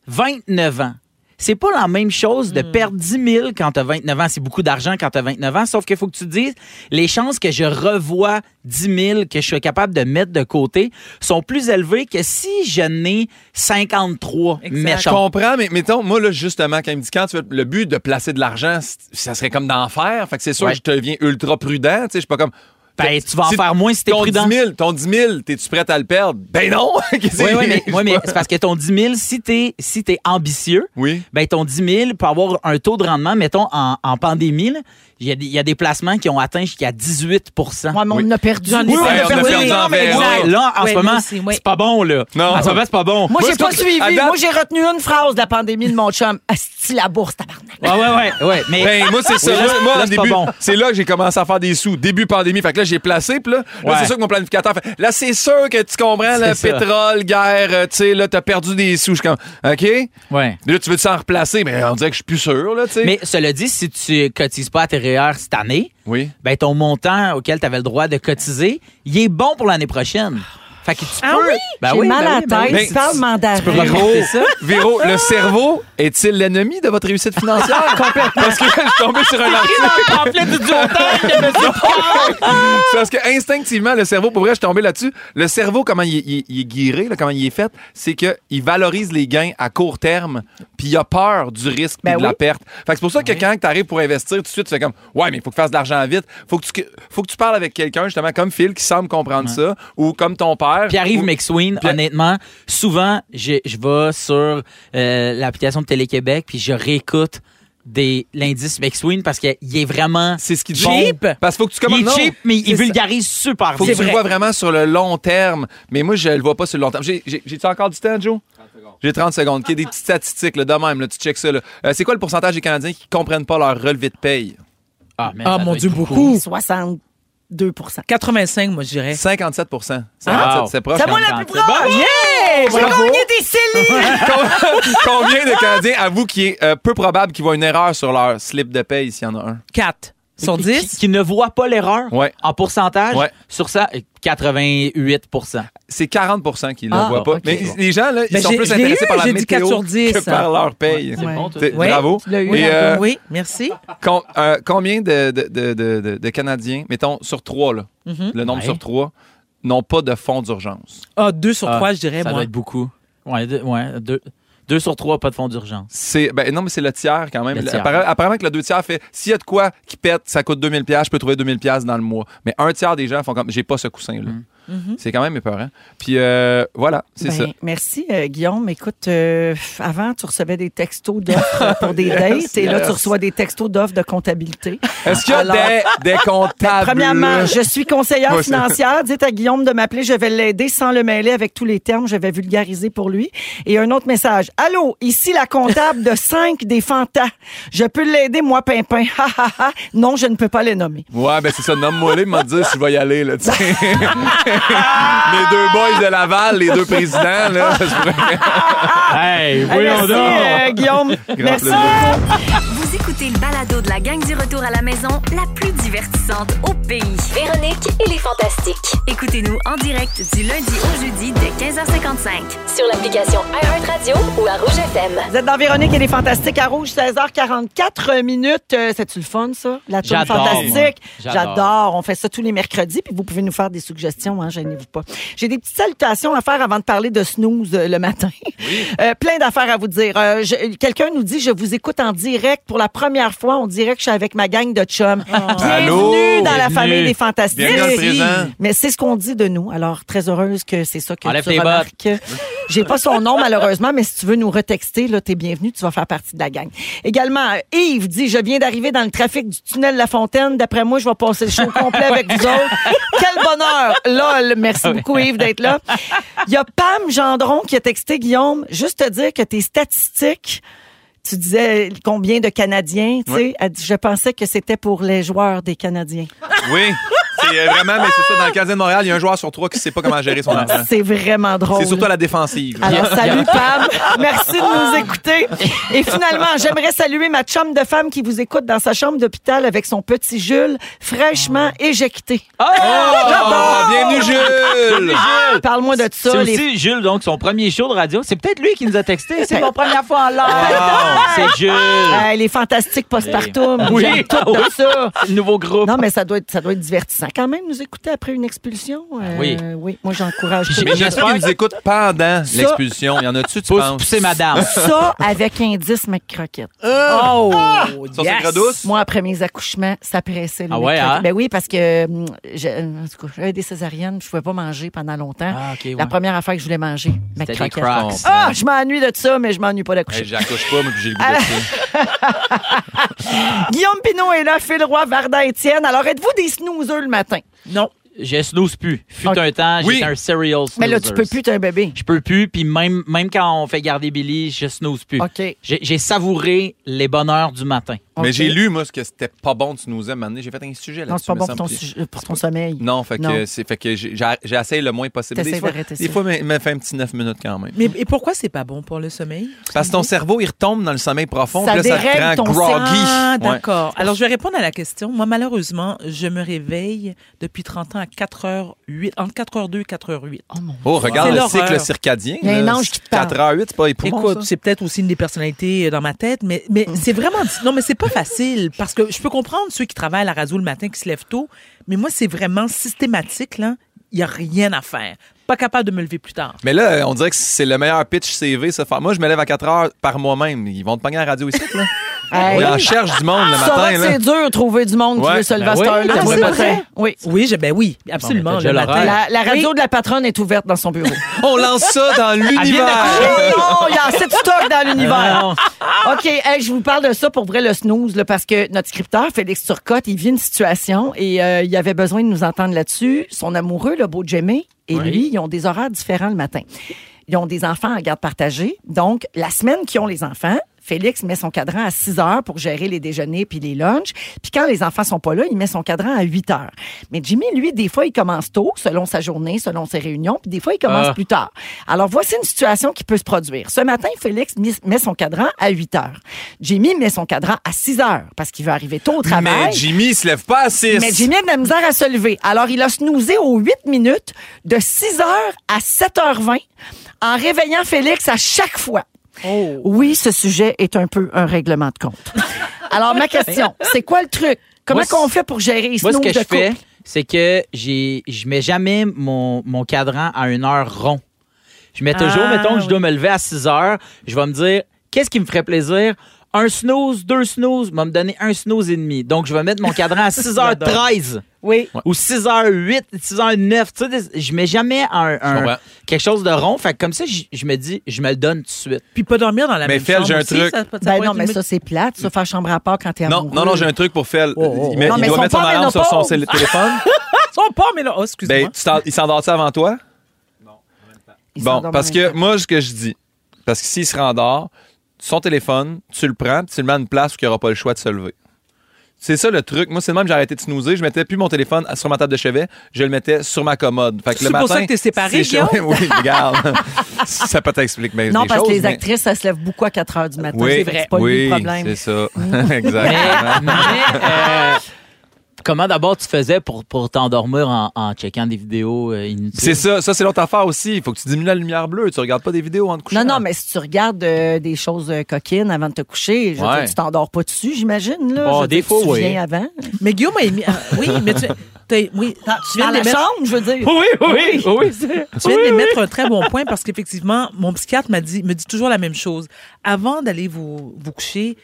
29 ans. C'est pas la même chose de perdre 10 000 quand tu as 29 ans. C'est beaucoup d'argent quand tu as 29 ans. Sauf qu'il faut que tu te dises, les chances que je revois 10 000 que je suis capable de mettre de côté sont plus élevées que si je n'ai 53, Exact. Je mettons. comprends, mais mettons, moi, là, justement, quand il me dit quand tu veux- le but de placer de l'argent, c- ça serait comme d'en faire. Fait que c'est sûr Ouais. que je deviens ultra prudent. Tu sais, je suis pas comme. Ben, tu vas en Si- faire moins si t'es ton prudent. 10 000, ton 10 000, t'es-tu prête à le perdre? Ben non! *laughs* Qu'est-ce Oui, que- oui, mais, oui, mais c'est parce que ton 10 000, si t'es si t'es ambitieux, Oui. ben ton 10 000 peut avoir un taux de rendement, mettons, en, en pandémie, là, il y, a des- il y a des placements qui ont atteint jusqu'à 18 Moi, mais on a perdu. J'en ai Oui, ouais, on perdu. a Oui, perdu oui, en non, mais verre. exact. Ouais, Là, en Ouais, ce moi moment, aussi, ouais. c'est pas bon, là. Non. En ce moment, c'est pas bon. Moi, j'ai Moi, pas c'est- suivi. à date- Moi, j'ai retenu une phrase de la pandémie de mon chum. *laughs* Asti la bourse, tabarnak. Ouais, ouais, ouais, ouais. Mais Ben, moi, c'est ça. Oui, là, moi, moi, là, en c'est pas début, bon. c'est là que j'ai commencé à faire des sous. Début pandémie. Fait que là, j'ai placé. Puis là, là, Ouais. c'est sûr que mon planificateur fait. Là, c'est sûr que tu comprends, le C'est ça. pétrole, guerre, euh, tu sais, là, t'as perdu des sous. Je suis comme, OK? ouais. Là, tu veux s'en replacer? Mais on dirait que je suis plus sûr, là, tu sais. Mais cela dit, si tu cotises pas à tes REER cette année, Oui. ben ton montant auquel tu avais le droit de cotiser, il est bon pour l'année prochaine. Fait que tu Ah peux. oui? Ben j'ai oui, mal ben à oui, ben la tête. oui. oui. tu parles peux mandarin. Véro, reporter ça? Véro, le cerveau est-il l'ennemi de votre réussite *laughs* financière? Complètement. Parce que je suis tombé sur un article. C'est parce que instinctivement, le cerveau, pour vrai, je suis tombé là-dessus. Le cerveau, comment il, est- il est- il est guiré, là, comment il est fait, c'est qu'il valorise les gains à court terme, puis il a peur du risque puis Ben de la oui. perte. Fait que c'est pour ça que quand tu arrives pour investir, tout de suite, tu fais comme Ouais, mais il faut que tu fasses de l'argent vite. Faut que tu, faut que tu parles avec quelqu'un, justement, comme Phil, qui semble comprendre ça, ou comme ton père. Puis arrive ou- McSween, Pierre- honnêtement, souvent, j'ai- je vais sur euh, l'application de Télé-Québec, puis je réécoute des l'indice McSween parce qu'il est vraiment C'est ce qu'il dit. Cheap. Parce qu'il faut que tu il commences. est non. cheap, mais il C'est ça. vulgarise super Faut que bien. tu le vois vraiment sur le long terme. Mais moi, je le vois pas sur le long terme. J'ai- j'ai- J'ai-tu encore du temps, Joe? J'ai 30 secondes. Qu'il y ait des petites statistiques, là, de même, là, tu checkes ça. là. Euh, c'est quoi le pourcentage des Canadiens qui comprennent pas leur relevé de paye? Ah, man, Ah, ça mon doit Dieu, être beaucoup. 62 85, moi, je dirais. 57 57 Wow. c'est proche. C'est moi hein? la plus c'est proche! Yeah! J'ai Bravo. gagné des CELI! *laughs* Combien de Canadiens avouent qu'il est euh, peu probable qu'ils voient une erreur sur leur slip de paye s'il y en a un? 4 sur Qui- 10. Qui, qui ne voit pas l'erreur Ouais. en pourcentage Ouais. sur ça, euh, 88 C'est 40 qui ne le Ah, voient pas. ok. Mais les gens, là, ils Ben, sont j'ai- plus j'ai intéressés eu, par la j'ai dit météo 4 sur 10, que par hein. leur paye. Ouais. bon, toi. C'est- Ouais. Bravo. Tu l'as eu. Et, hein? euh, oui, merci. Com- euh, combien de, de- de- de- de- de Canadiens, mettons sur trois, là, le Mhm. nombre Ouais. sur trois, n'ont pas de fonds d'urgence? Ah, 2 sur 3, je dirais, Ça doit moi. être beaucoup. Ouais, deux, ouais, deux- deux sur trois, pas de fonds d'urgence. C'est, ben, non, mais c'est le tiers quand même. Le tiers. Appara- Apparemment que le deux tiers fait s'il y a de Mhm. quoi qui pète, ça coûte 2000$, piastres, je peux trouver 2000$ piastres dans le mois. Mais un tiers des gens font comme j'ai pas ce coussin-là. C'est quand même épeurant. Puis euh, voilà, c'est Mhm. Ben, ça. Merci, euh, Guillaume. Écoute, euh, avant, tu recevais des textos d'offres euh, pour des dates et là, tu *laughs* yes. reçois des textos d'offres de comptabilité. Est-ce qu'il y a Alors- des, *laughs* des comptables? Premièrement, je suis conseillère Moi, c'est- financière. Dites à Guillaume de m'appeler. Je vais l'aider sans le mêler avec tous les termes. Je vais vulgariser pour lui. Et un autre message. Allô, ici la comptable de *laughs* 5 des Fantas. Je peux l'aider, moi, Pimpin. Ha, ha, ha. non, je ne peux pas les nommer. Ouais, ben c'est ça, nomme-moi les, m'a dit si je vais y aller, là, tu sais. *laughs* les deux boys de Laval, les deux présidents, là. *laughs* je pourrais- Hey, voyons Merci, donc! euh, Guillaume. Merci plaisir. beaucoup. Vous écoutez le balado de la gang du retour à la maison, la plus divertissante au pays. Véronique et les Fantastiques. Écoutez-nous en direct du lundi au jeudi dès 15h55. Sur l'application iHeartRadio ou à Rouge FM. Vous êtes dans Véronique et les Fantastiques à Rouge, 16h44 minutes. Euh, C'est-tu le fun, ça? La tournée J'adore, moi. fantastique. J'adore. J'adore. On fait ça tous les mercredis, puis vous pouvez nous faire des suggestions, hein, gênez-vous pas. J'ai des petites salutations à faire avant de parler de snooze euh, le matin. *laughs* Euh, plein d'affaires à vous dire. Euh, je- Quelqu'un nous dit, je vous écoute en direct pour la première fois. On dirait que je suis avec ma gang de chums. Bienvenue Allô? dans la Bienvenue. famille des Fantastiques. Bienvenue dans le Merci. présent. Mais c'est ce qu'on dit de nous. Alors, très heureuse que c'est ça que Enlève tu tes bottes. remarques. J'ai pas son nom, malheureusement, mais si tu veux nous retexter, là, t'es bienvenu, tu vas faire partie de la gang. Également, euh, Yves dit, je viens d'arriver dans le trafic du tunnel La Fontaine. D'après moi, je vais passer le show complet avec vous autres. Quel bonheur! Lol! Ah Merci beaucoup, Yves, d'être là. Il y a Pam Gendron qui a texté Guillaume, juste te dire que tes statistiques, tu disais combien de Canadiens, tu sais, elle dit, je pensais que c'était pour les joueurs des Canadiens. Oui, c'est euh, vraiment, mais c'est ça, dans le Canadien de Montréal, il y a un joueur sur trois qui sait pas comment gérer son Ah. argent. C'est vraiment drôle. C'est surtout à la défensive. Alors, salut Pam. Merci de nous écouter. Et finalement, j'aimerais saluer ma chum de femme qui vous écoute dans sa chambre d'hôpital avec son petit Jules, fraîchement éjecté. Ah! Oh, bienvenue, Jules! Parle-moi de C'est ça. les- aussi Jules, donc son premier show de radio. C'est peut-être lui qui nous a texté. C'est *laughs* mon première fois en Wow. live. *laughs* C'est Jules. euh, les fantastiques postpartum. Oui. J'aime tout de ça. C'est le nouveau groupe. Non, mais ça doit, être, ça doit être divertissant. Quand même, nous écouter après une expulsion. euh, Oui. Oui, moi, j'encourage tout le Mais monde. j'espère qu'ils nous écoutent pendant l'expulsion. Il y en a-tu, tu Pousse, penses? poussez *laughs* madame. Ça, avec indice McCroquette. Oh! Ça, c'est yes. gras douce? Moi, après mes accouchements, ça pressait. le Ah ouais, McCroquette. hein? Ben oui, parce que hum, j'ai- en tout cas, j'avais des césariennes, je pouvais pas manger pendant longtemps. Ah, ok, La ouais. première affaire que je voulais manger, C'était des McCroquette. Crocs. Ah, je m'ennuie de ça, mais je m'ennuie pas Hey, d'accoucher. J'accouche pas, mais puis j'ai le goût Ah, de ça. Guillaume Pinot est là, Phil Roy, Varda Étienne. Alors, êtes-vous des snoozers le matin? Non. Je snooze plus. Fut Ok. un temps, Oui. j'étais un serial snoozer. Mais là, tu peux plus, t'es un bébé. Je peux plus, puis même, même quand on fait garder Billy, je snooze plus. OK. J'ai j'ai savouré les bonheurs du matin. Mais Ok. j'ai lu, moi, ce que c'était pas bon de nous aimes J'ai fait un sujet là-dessus. Non, c'est pas me bon pour semble, ton, puis- sujet- pour ton sommeil. Non, fait Non. que, c'est- fait que j'ai- j'ai- j'essaye le moins possible. Des T'essayes fois, d'arrêter des ça. fois, mais, mais fais un petit 9 minutes quand même. Mais et pourquoi c'est pas bon pour le sommeil? Parce que ton cerveau, il retombe dans le sommeil profond, Ça puis là, ça dérègle te rend ton groggy. Ah, Ouais. d'accord. Alors, je vais répondre à la question. Moi, malheureusement, je me réveille depuis 30 ans à 4h08, entre 4h02 et 4h08. Oh, regarde C'est le l'horreur. cycle circadien. Il y a un là. ange qui te parle. 4h08, c'est pas épouvant. Écoute, c'est peut-être aussi une des personnalités euh, dans ma tête, mais, mais Mm. c'est vraiment. Non, mais c'est pas facile parce que je peux comprendre ceux qui travaillent à la radio le matin qui se lèvent tôt, mais moi, c'est vraiment systématique, là. Il n'y a rien à faire. Pas capable de me lever plus tard. Mais là, on dirait que c'est le meilleur pitch CV, ça. Fait- Moi, je me lève à 4 heures par moi-même. Ils vont te pogner à la radio ici, là. *laughs* Hey. On en cherche du monde le Ça va matin, que là. c'est dur de trouver du monde qui Ouais. veut se lever à Ben cette oui. heure-là, Ah, moi, c'est le vrai? matin. Oui. Oui, je, ben oui, Bon, absolument. mais t'as le déjà matin. l'horaire. La, la radio de la patronne est ouverte dans son bureau. On lance ça dans Ah. l'univers. Oh non, il y a assez de stock dans l'univers. Euh, Non. OK, hey, je vous parle de ça pour vrai, le snooze, là, parce que notre scripteur, Félix Turcotte, il vit une situation et euh, il avait besoin de nous entendre là-dessus. Son amoureux, le beau Jimmy, et lui, ils ont des horaires différents le matin. Ils ont des enfants en garde partagée. Donc, la semaine qu'ils ont les enfants, Félix met son cadran à 6 heures pour gérer les déjeuners puis les lunchs. Puis quand les enfants sont pas là, il met son cadran à 8 heures. Mais Jimmy, lui, des fois, il commence tôt, selon sa journée, selon ses réunions, puis des fois, il commence Ah. plus tard. Alors, voici une situation qui peut se produire. Ce matin, Félix mis- met son cadran à 8 heures. Jimmy met son cadran à 6 heures parce qu'il veut arriver tôt au travail. Mais Jimmy, il se lève pas à 6. Mais Jimmy a de la misère à se lever. Alors, il a snoozé aux 8 minutes de 6 heures à 7h20 en réveillant Félix à chaque fois. Oh. Oui, ce sujet est un peu un règlement de compte. Alors, *laughs* ma question, c'est quoi le truc? Comment Moi, c'est- qu'on fait pour gérer les Moi, ce snooze que de je fais, couple? c'est que j'ai, je mets jamais mon, mon cadran à une heure rond. Je mets toujours, Ah, mettons, que je oui. dois me lever à 6 heures. Je vais me dire, qu'est-ce qui me ferait plaisir? Un snooze, deux snooze, va me donner un snooze et demi. Donc, je vais mettre mon cadran à 6h13. Oui. ou 6h08, 6h09. Tu sais, des- je mets jamais un, un- Je comprends. quelque chose de rond. Fait que comme ça, je je me dis, je me le donne tout de suite. Puis pas dormir dans la Mais même Phil, chambre j'ai un aussi, truc. ça- ça Ben pourrait non, être mais limite- ça, c'est plate. Ça, faire chambre à part quand t'es Non, amoureux. non, non, j'ai un truc pour Fel. oh, oh. Il, met- Non, il mais ils doit sont mettre son pas alarme sur son ménopause. cell- *laughs* téléphone. Son pas, mais là, oh, excuse-moi. Ben, tu t'en- il s'endort-tu avant toi? Ils bon, s'endorment parce en que même temps. moi, ce que je dis, parce que s'il se rendort, son téléphone, tu le prends, puis tu le mets à une place où il n'aura pas le choix de se lever. C'est ça le truc. Moi, c'est le même, j'ai arrêté de snoozer. Je mettais plus mon téléphone sur ma table de chevet, je le mettais sur ma commode. Fait que le C'est pour matin, ça que t'es séparé, c'est chaud. *laughs* Oui, oui, regarde. ça peut t'expliquer bien Non, des parce que choses, les mais- actrices, ça se lèvent beaucoup à 4 heures du matin. Oui, c'est vrai. C'est pas lui oui, le problème. Mm. c'est ça. *laughs* Exactement. Mais, euh, comment d'abord tu faisais pour, pour t'endormir en, en checkant des vidéos euh, inutiles? C'est ça, ça c'est l'autre affaire aussi. Il faut que tu diminues la lumière bleue. Tu regardes pas des vidéos en te couchant. Non, non, mais si tu regardes euh, des choses euh, coquines avant de te coucher, je veux Ouais. dire, tu t'endors pas dessus, j'imagine. Là. Bon, Je veux des dire, fois, tu oui. viens avant. Mais Guillaume a émis. ah, oui, mais tu, t'as- oui, tu viens Dans de la mettre- chambre, je veux dire. Ben Oui, oui, oui. Tu viens de mettre un très bon point parce qu'effectivement, mon psychiatre m'a dit, me dit toujours la même chose. Avant d'aller vous, vous coucher,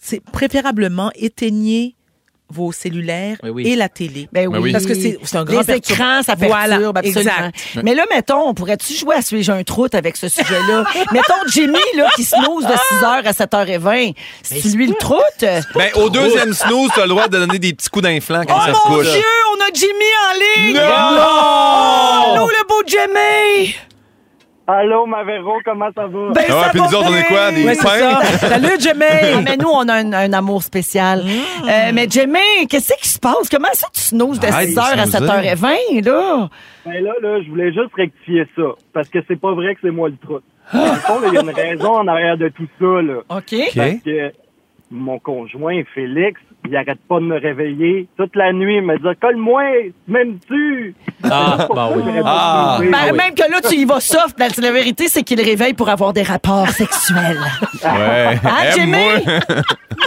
c'est préférablement éteignez vos cellulaires Oui, oui. et la télé. Ben Ben oui. oui. Parce que c'est- c'est un grand Les perturbe- écrans, ça perturbe, Voilà, absolument. exact. Mais là, mettons, on pourrait-tu jouer à Suis-je un troute avec ce sujet-là? *laughs* mettons Jimmy, là, qui se nose de 6h à 7h20. C'est lui le troute? Ben, au deuxième snooze, tu as le droit de donner des petits coups d'inflant quand Oh ça se mon couche. Dieu, on a Jimmy en ligne! Non! Allô, le beau Jimmy! Allô, Mavero, comment ça va? Ben, Ah ouais, ça puis va nous autres, on est bien! quoi, des- Ouais, c'est Pain. ça. Salut, Ah, Jemay! mais nous, on a un, un amour spécial. Euh, mais Jimmy, qu'est-ce qui se passe? Comment ça tu snooze de Arrête de 6h à snoozer. 7h20, là? Ben là, là, je voulais juste rectifier ça, parce que c'est pas vrai que c'est moi le trou. Dans le fond, là, il y a une raison en arrière de tout ça, là. OK. OK. Que mon conjoint, Félix, il arrête pas de me réveiller toute la nuit, il me dit « Colle-moi, m'aimes-tu? » *laughs* Ah, bah oui. Ah. Ben, Même que là, tu y vas soft. La, la vérité, c'est qu'il réveille pour avoir des rapports sexuels. *laughs* Ouais. Eh, Hein, Aime-moi. Jimmy? *laughs*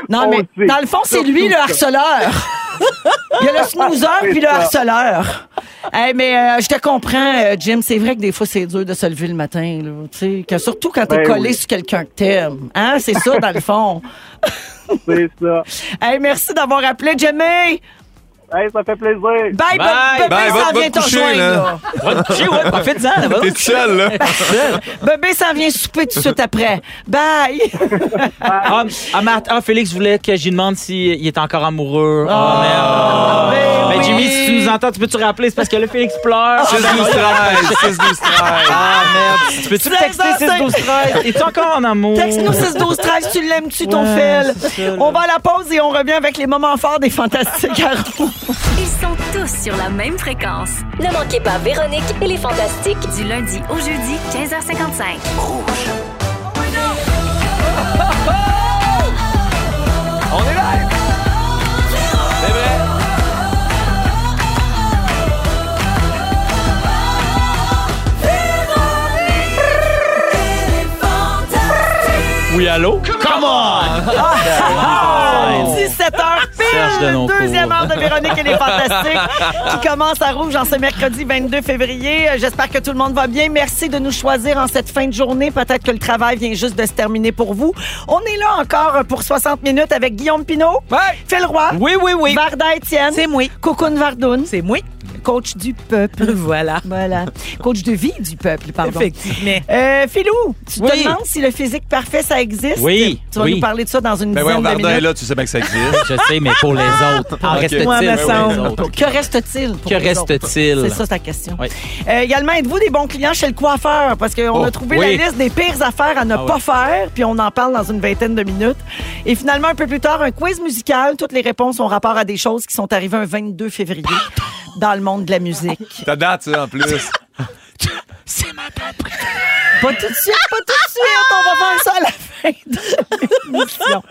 Non, On mais le sait. dans le fond, c'est lui le harceleur. *laughs* Il y a le snoozer puis le ça. harceleur. Hey, mais euh, je te comprends, euh, Jim. C'est vrai que des fois, c'est dur de se lever le matin. Là, tu sais, que surtout quand t'es Ben collé oui. sur quelqu'un que t'aimes. Hein? C'est ça, dans le *laughs* fond. C'est ça. Hey, merci d'avoir appelé, Jimmy. Hey, ça fait plaisir. Bye. Bye, bébé, Bye, Ben, va- s'en va vient te te coucher, rejoindre. là. là. Ah, Va te coucher, ouais, profite-en, *laughs* là, va. T'es tout seul, là. Bébé s'en vient souper tout de suite après. Bye. Ah, ah, Matt, ah, Félix voulait que je lui demande s'il est encore amoureux. Oh, merde. ben Ben, Ah. oui. Ah. Jimmy, si tu nous entends, tu peux-tu rappeler? C'est parce que là, Félix pleure. 6 ben 12 13 6 12 13 Ah, merde. Tu peux-tu me texter 6-12-13? Es-tu encore en amour? Texte-nous 6 12 13 tu l'aimes-tu ton Ouais, fil? c'est ça, là. On va à la pause et on revient avec les moments forts des fantastiques à *laughs* Rouge. Ils sont tous sur la même fréquence. Ne manquez pas Véronique et les Fantastiques. Du lundi au jeudi, 15h55. Oui, allô? Come on! 17h Ah! Serge pile, Denoncourt. deuxième heure de Véronique et les Fantastiques qui commence à Rouge en ce mercredi 22 février. Euh, J'espère que tout le monde va bien. Merci de nous choisir en cette fin de journée. Peut-être que le travail vient juste de se terminer pour vous. On est là encore pour 60 minutes avec Guillaume Pinault, Phil Roy, Oui, oui, oui. Varda Etienne, C'est moi. Cocoon Vardoun, C'est moi. coach du peuple. *laughs* Voilà. Voilà. Coach de vie du peuple, pardon. Effectivement. Euh, Philou, tu Oui. te demandes si le physique parfait, ça existe? Oui, Tu vas oui. nous parler de ça dans une Ben ouais, dizaine de Varda est minutes. là, tu sais bien que ça existe. Je sais, mais pour les Ah. autres. En Ok. reste-t-il? Moi, me pour semble. les Ben autres? Que reste-t-il? pour Que les autres? reste-t-il? C'est ça ta question. Oui. Euh, également, êtes-vous des bons clients chez le coiffeur? Parce qu'on Oh, a trouvé oui. la liste des pires affaires à ne Ah pas ouais. faire, puis on en parle dans une vingtaine de minutes. Et finalement, un peu plus tard, un quiz musical. Toutes les réponses ont rapport à des choses qui sont arrivées un 22 février dans le monde de la musique. Ta date, ça, en plus. Pas tout de suite, pas tout de suite. On va faire ça à la fin de l'émission.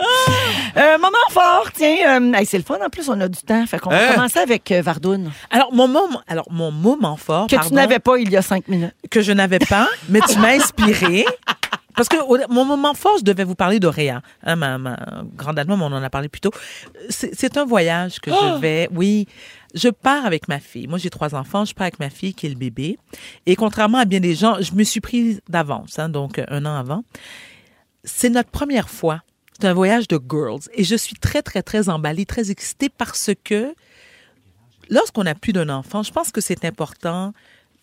Euh, moment fort, tiens. euh, hey, c'est le fun. En plus, on a du temps. Fait qu'on Hein? va commencer avec euh, Vardoun, Alors, mon moment, alors, mon moment fort. que tu Oh, pardon, n'avais pas il y a cinq minutes. que je n'avais pas, mais tu m'as inspiré. Parce que au- mon moment fort, je devais vous parler d'Oréa. Hein, ma, ma grande allemande, on en a parlé plus tôt. C'est c'est un voyage que je vais. Oui, je pars avec ma fille. Moi, j'ai trois enfants. Je pars avec ma fille qui est le bébé. Et contrairement à bien des gens, je me suis prise d'avance, hein, donc euh, un an avant. C'est notre première fois. C'est un voyage de girls. Et je suis très, très, très emballée, très excitée parce que lorsqu'on a plus d'un enfant, je pense que c'est important,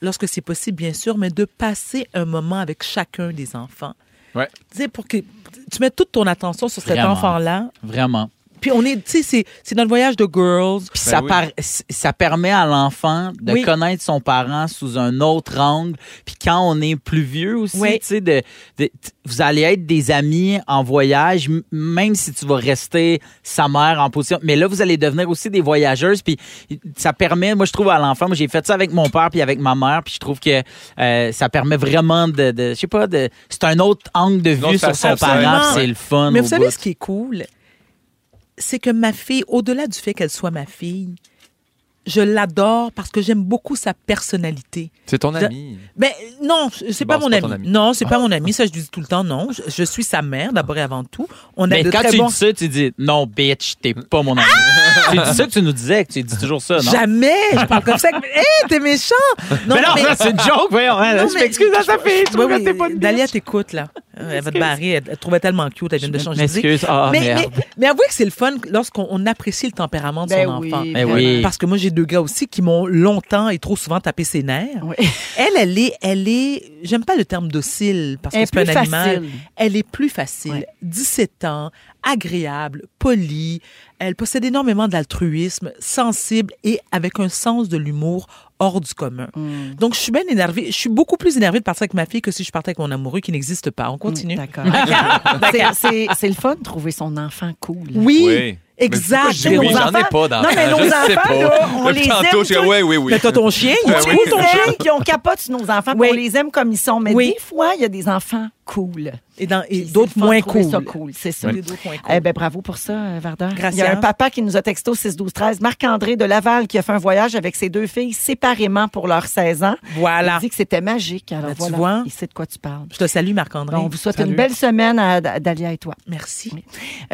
lorsque c'est possible, bien sûr, mais de passer un moment avec chacun des enfants. Ouais. Tu sais, pour que tu mets toute ton attention sur cet Vraiment. enfant-là. Vraiment. Puis on est, tu sais, c'est- c'est dans le voyage de girls. Puis ça, Ben oui. par- ça permet à l'enfant de Oui. connaître son parent sous un autre angle. Puis quand on est plus vieux aussi, Oui. tu sais, de, de- t- vous allez être des amis en voyage, m- même si tu vas rester sa mère en position. Mais là, vous allez devenir aussi des voyageuses. Puis ça permet, moi, je trouve à l'enfant, moi, j'ai fait ça avec mon père puis avec ma mère. Puis je trouve que euh, ça permet vraiment de, de- je sais pas, de, c'est un autre angle de Une vue autre sur façon son de faire. parent. puis Absolument. C'est le fun. Mais au vous savez bout. ce qui est cool? C'est que ma fille, au-delà du fait qu'elle soit ma fille, je l'adore parce que j'aime beaucoup sa personnalité. C'est ton De- ami. Ben non, je- c'est Bon, pas mon c'est pas ton ami. ami. Ah. Non, c'est pas mon ami. Ça, je dis tout le temps non. Je, je suis sa mère d'abord et avant tout. On a Mais de quand très tu bons- Ah! dis ça, tu dis non, bitch, t'es pas mon ami. c'est ça que tu nous disais, que tu dis toujours ça, non? Jamais, je *laughs* parle comme ça. Hé, t'es méchant. mais *laughs* non, ça, c'est une joke, voyons. hein, non, je mais- m'excuse à ta fille, tu Oui, vois que oui, t'es pas une Dalia bitch. t'écoute *laughs* là. Euh, Elle va te barrer. Elle, elle trouvait tellement cute. Elle vient de changer d'idée. M'excuse, ah mais, merde. mais- mais avouez que c'est le fun lorsqu'on on apprécie le tempérament de Ben son oui, enfant. Ben oui. Parce que moi, j'ai deux gars aussi qui m'ont longtemps et trop souvent tapé ses nerfs. Oui. Elle, elle est, elle est, j'aime pas le terme docile parce Elle que est c'est pas un plus animal. facile. Elle est plus facile. Ouais. 17 ans, agréable, polie. Elle possède énormément d'altruisme, sensible et avec un sens de l'humour hors du commun. Mm. Donc, je suis bien énervée. Je suis beaucoup plus énervée de partir avec ma fille que si je partais avec mon amoureux qui n'existe pas. On continue. *laughs* D'accord. C'est- c'est- C'est le fun de trouver son enfant cool. Oui, Oui. exact. Mais pourquoi je dis oui, Nos j'en ai enfants- pas d'enfants. Non, mais nos je sais enfants, pas. là, on Depuis les aime tantôt, je dis, tous. oui, oui, oui. Mais t'as ton chien, il Ben est oui. cool, ton chien. qui ont capote sur nos enfants, Oui. on les aime comme ils sont. Mais Oui. des fois, il y a des enfants cool. Et, dans- et Puis c'est d'autres le fun moins de trouver cool. ça cool, c'est ça. Oui, d'autres moins cool. Eh ben, bravo pour ça, euh, Varda. Il y Gracias. a un papa qui nous a texto 6-12-13, Marc-André de Laval, qui a fait un voyage avec ses deux filles séparément pour leurs 16 ans. Voilà. Il dit que c'était magique. Alors Ah Ben, tu voilà, vois. il sait de quoi tu parles. Je te salue, Marc-André. Bon, on vous souhaite Salut. une belle semaine à, à Dalia et toi. Merci.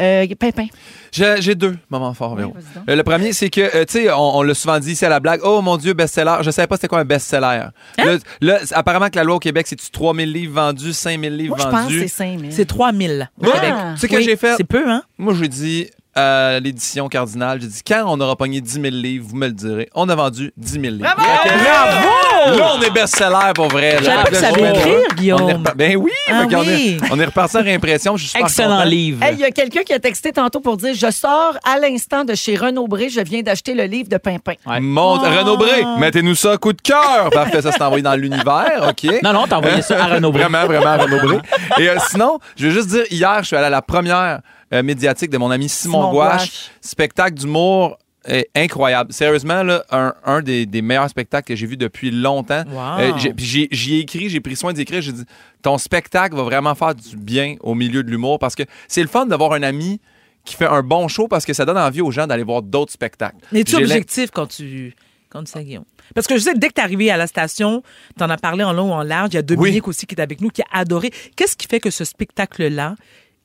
Euh, Pimpin. J'ai j'ai deux moments forts, Véro. vas-y donc. Euh, le premier, c'est que, euh, tu sais, on, on l'a souvent dit ici à la blague, oh mon Dieu, best-seller. Je savais pas c'était quoi un Hein? best-seller. Là, là, c'est- apparemment que la loi au Québec, c'est-tu 3000 livres vendus, 5000 livres Moi, je pense que vendus? c'est hein. 5 000. C'est 3000 au Moi, Québec. tu sais que Oui, j'ai fait? C'est peu, hein? Moi, j'ai dit à l'édition Cardinal, j'ai dit, quand on aura pogné 10 000 livres, vous me le direz. On a vendu 10 000 livres. Fait que là, Là, on est best-seller pour vrai. là. J'avais pas que ça Applaudissements. veut écrire, On est Guillaume. repa- Ben oui, Ah fait qu'on oui. est- on est reparti à réimpression. Je suis super Excellent content. livre. Hey, il y a quelqu'un qui a texté tantôt pour dire Je sors à l'instant de chez Renaud Bré, je viens d'acheter le livre de Pimpin. Ouais. Mon... Renaud Bré, Ah. mettez-nous ça coup de cœur. Parfait, ça c'est envoyé dans l'univers, OK? *laughs* Non, non, t'as envoyé ça à Renaud Bré. Vraiment, vraiment, Renaud Bré. Et euh, sinon, je veux juste dire, hier, je suis allé à la première euh, médiatique de mon ami Simon, Simon Gouache. Gouache. Spectacle d'humour euh, incroyable. Sérieusement, là, un, un des, des meilleurs spectacles que j'ai vu depuis longtemps. Wow. Euh, j'ai- puis j'ai j'y ai écrit, j'ai pris soin d'écrire. J'ai dit, ton spectacle va vraiment faire du bien au milieu de l'humour parce que c'est le fun d'avoir un ami qui fait un bon show parce que ça donne envie aux gens d'aller voir d'autres spectacles. Es-tu J'ai l'in- objectif quand tu, quand tu sais, Guillaume? Parce que je sais, que dès que t'es arrivé à la station, t'en as parlé en long ou en large. Il y a Dominique aussi qui est avec nous, qui a adoré. Qu'est-ce qui fait que ce spectacle-là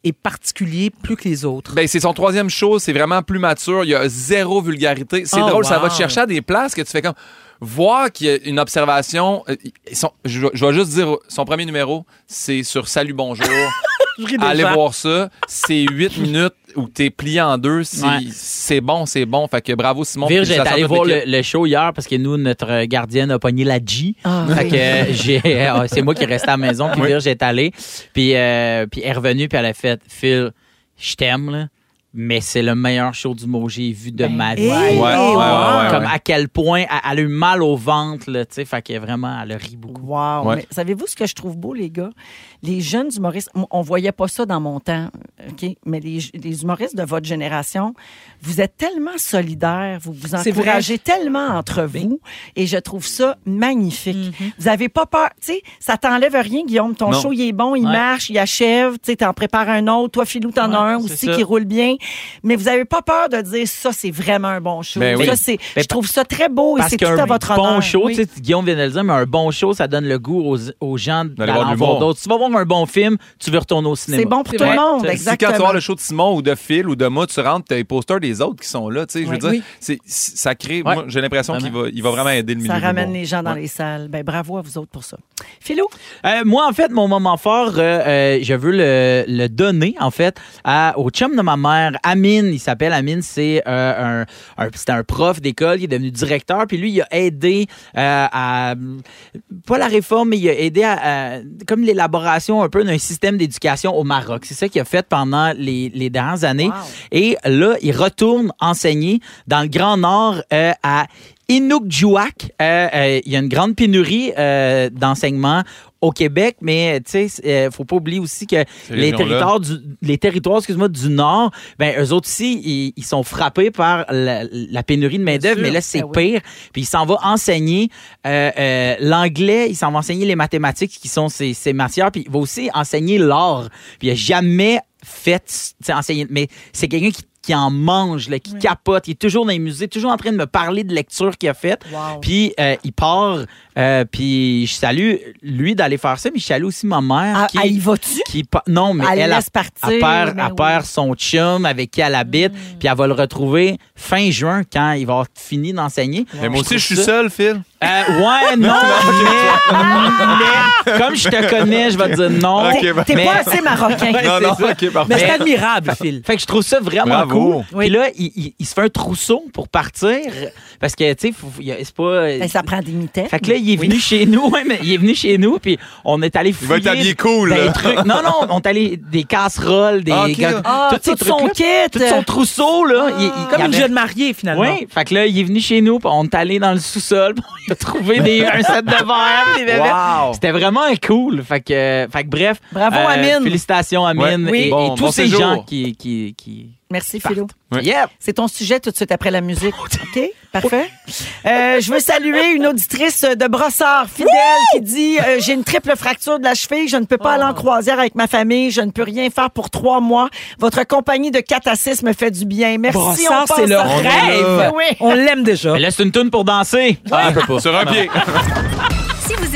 est particulier plus que les autres? Ben, c'est son troisième show, c'est vraiment plus mature, il y a zéro vulgarité. C'est Oh, drôle, ça wow. va te chercher à des places que tu fais comme voir qu'il y a une observation. euh, ils sont- je, vais- je vais juste dire, son premier numéro, c'est sur Salut Bonjour. Je ris Allez déjà. voir ça. C'est huit minutes où t'es plié en deux. C'est Ouais. c'est bon, c'est bon. Fait que bravo Simon. Virge est Félicitations allé à toute voir le, l'équipe. le show hier parce que nous, notre gardienne a pogné la G. Ah, Fait oui. que euh, j'ai, *laughs* euh, c'est moi qui restais à la maison, puis Virge est allée. Puis, euh, puis elle est revenue, puis elle a fait Phil, je t'aime, là, mais c'est le meilleur show du mot que j'ai vu Ben, de ma vie. Eh, ouais, ouais, ouais, Comme ouais. à quel point elle, elle a eu mal au ventre, là, tu sais. Fait que vraiment, elle a ri beaucoup. Wow. Ouais. Mais savez-vous ce que je trouve beau, les gars? Les jeunes humoristes, on- on voyait pas ça dans mon temps, OK? Mais les, les humoristes de votre génération, vous êtes tellement solidaires, vous vous C'est vrai. encouragez tellement entre vous, et je trouve ça magnifique. Mhm. Vous avez pas peur, tu sais, ça t'enlève rien, Guillaume. Ton Non. show, il est bon, il Ouais. marche, il achève, tu sais, t'en prépares un autre. Toi, Philou, t'en as Ouais, un c'est aussi ça. qui roule bien. Mais vous avez pas peur de dire, ça, c'est vraiment un bon show. Ben oui. Ça, c'est, Ben, je trouve ça très beau, et Parce c'est tout qu'un à votre bon honneur. show, Oui. tu sais, Guillaume vient de le dire, mais un bon show, ça donne le goût aux, aux gens d'aller voir en de voir l'humour. d'autres. Tu vas voir un bon film, tu veux retourner au cinéma. C'est bon pour tout Ouais. le monde, C'est- Puis quand tu Exactement. vois le show de Simon ou de Phil ou de moi, tu rentres, t'as les posters des autres qui sont là. Tu sais, je veux Ouais. dire, Oui. c'est- c'est- ça crée. Ouais. Moi, j'ai l'impression qu'il Vraiment. va, il va vraiment aider le milieu. Ça de ramène l'humour. les gens dans Ouais. les salles. Ben, bravo à vous autres pour ça. Philo, Euh, moi, en fait, mon moment fort, euh, euh, je veux le, le donner, en fait, à, au chum de ma mère, Amine. Il s'appelle Amine. C'est euh, un, un- c'était un prof d'école. Il est devenu directeur. Puis lui, il a aidé euh, à. Pas la réforme, mais il a aidé à. à- comme l'élaboration un peu d'un système d'éducation au Maroc. C'est ça qu'il a fait pendant les, les dernières années. Et là, il retourne enseigner dans le Grand Nord euh, à Inukjuak. Euh, euh, il y a une grande pénurie euh, d'enseignement au Québec, mais tu sais, c'est- euh, faut pas oublier aussi que les régions-là. territoires du, les territoires, excuse-moi, du Nord, ben eux autres aussi, ils, ils sont frappés par la, la pénurie de main d'œuvre, sûr. mais là c'est Ben oui. pire. Puis il s'en va enseigner euh, euh, l'anglais, il s'en va enseigner les mathématiques qui sont ses, ses matières, puis il va aussi enseigner l'art. Puis il a jamais fait, tu sais, enseigner, mais c'est quelqu'un qui qui en mange, là, qui capote. Il est toujours dans les musées, toujours en train de me parler de lecture qu'il a faite. Puis euh, il part, euh, puis je salue lui d'aller faire ça, mais je salue aussi ma mère. à, qui, à Ah, y vas-tu? qui pa- non, mais Elle elle, laisse elle partir, perd, ben Hmm. elle perd son chum avec qui elle habite, puis elle va le retrouver fin juin quand il va avoir fini d'enseigner. Mais moi aussi, je suis trouve ça- seul, Phil. Euh, ouais, *laughs* non, mais, mais comme je te connais, je vais te dire non. Ok, ben- T'es mais- pas assez marocain. non, c'est non, ça. ok, parfait. Mais *laughs* c'est admirable, Phil. Fait que je trouve ça vraiment Bravo. cool. Puis là, il, il- il se fait un trousseau pour partir parce que tu sais, faut- faut- il y a- c'est pas. *laughs* Ben, ça prend des mitaines. Fait que là, il est venu chez nous, *laughs* ouais, mais il est venu chez nous, puis on est allé Ben, Il va fouiller. être habillé cool. des là. trucs. Non, non, on est allé des casseroles, des. Ah, ok. gars- Ah, tous ces tout son trucs-là. kit. Ah. tout son trousseau, là. il, il- Comme il une avait- jeune mariée, finalement. Oui, fait que là, il est venu chez nous, puis on est allé dans le sous-sol, *laughs* puis il a trouvé des, un set de verres, des bébés. Wow. C'était vraiment cool. Fait que, euh, fait que bref. Bravo, Amine. Félicitations, Amine. Ouais. Oui. Et, Bon- et tous bon ces séjour. gens qui. qui, qui... Merci, Philo. Ouais. Yeah. C'est ton sujet tout de suite après la musique. OK? Parfait. Euh, je veux saluer une auditrice de Brossard, fidèle, qui dit euh, J'ai une triple fracture de la cheville, je ne peux pas aller en croisière avec ma famille, je ne peux rien faire pour trois mois. Votre compagnie de 4 à 6 me fait du bien. Merci. Brossard, on passe c'est le à- rêve. Oui. On l'aime déjà. Mais là, c'est une toune pour danser. Ah, je peux pas. Sur un pied. Si vous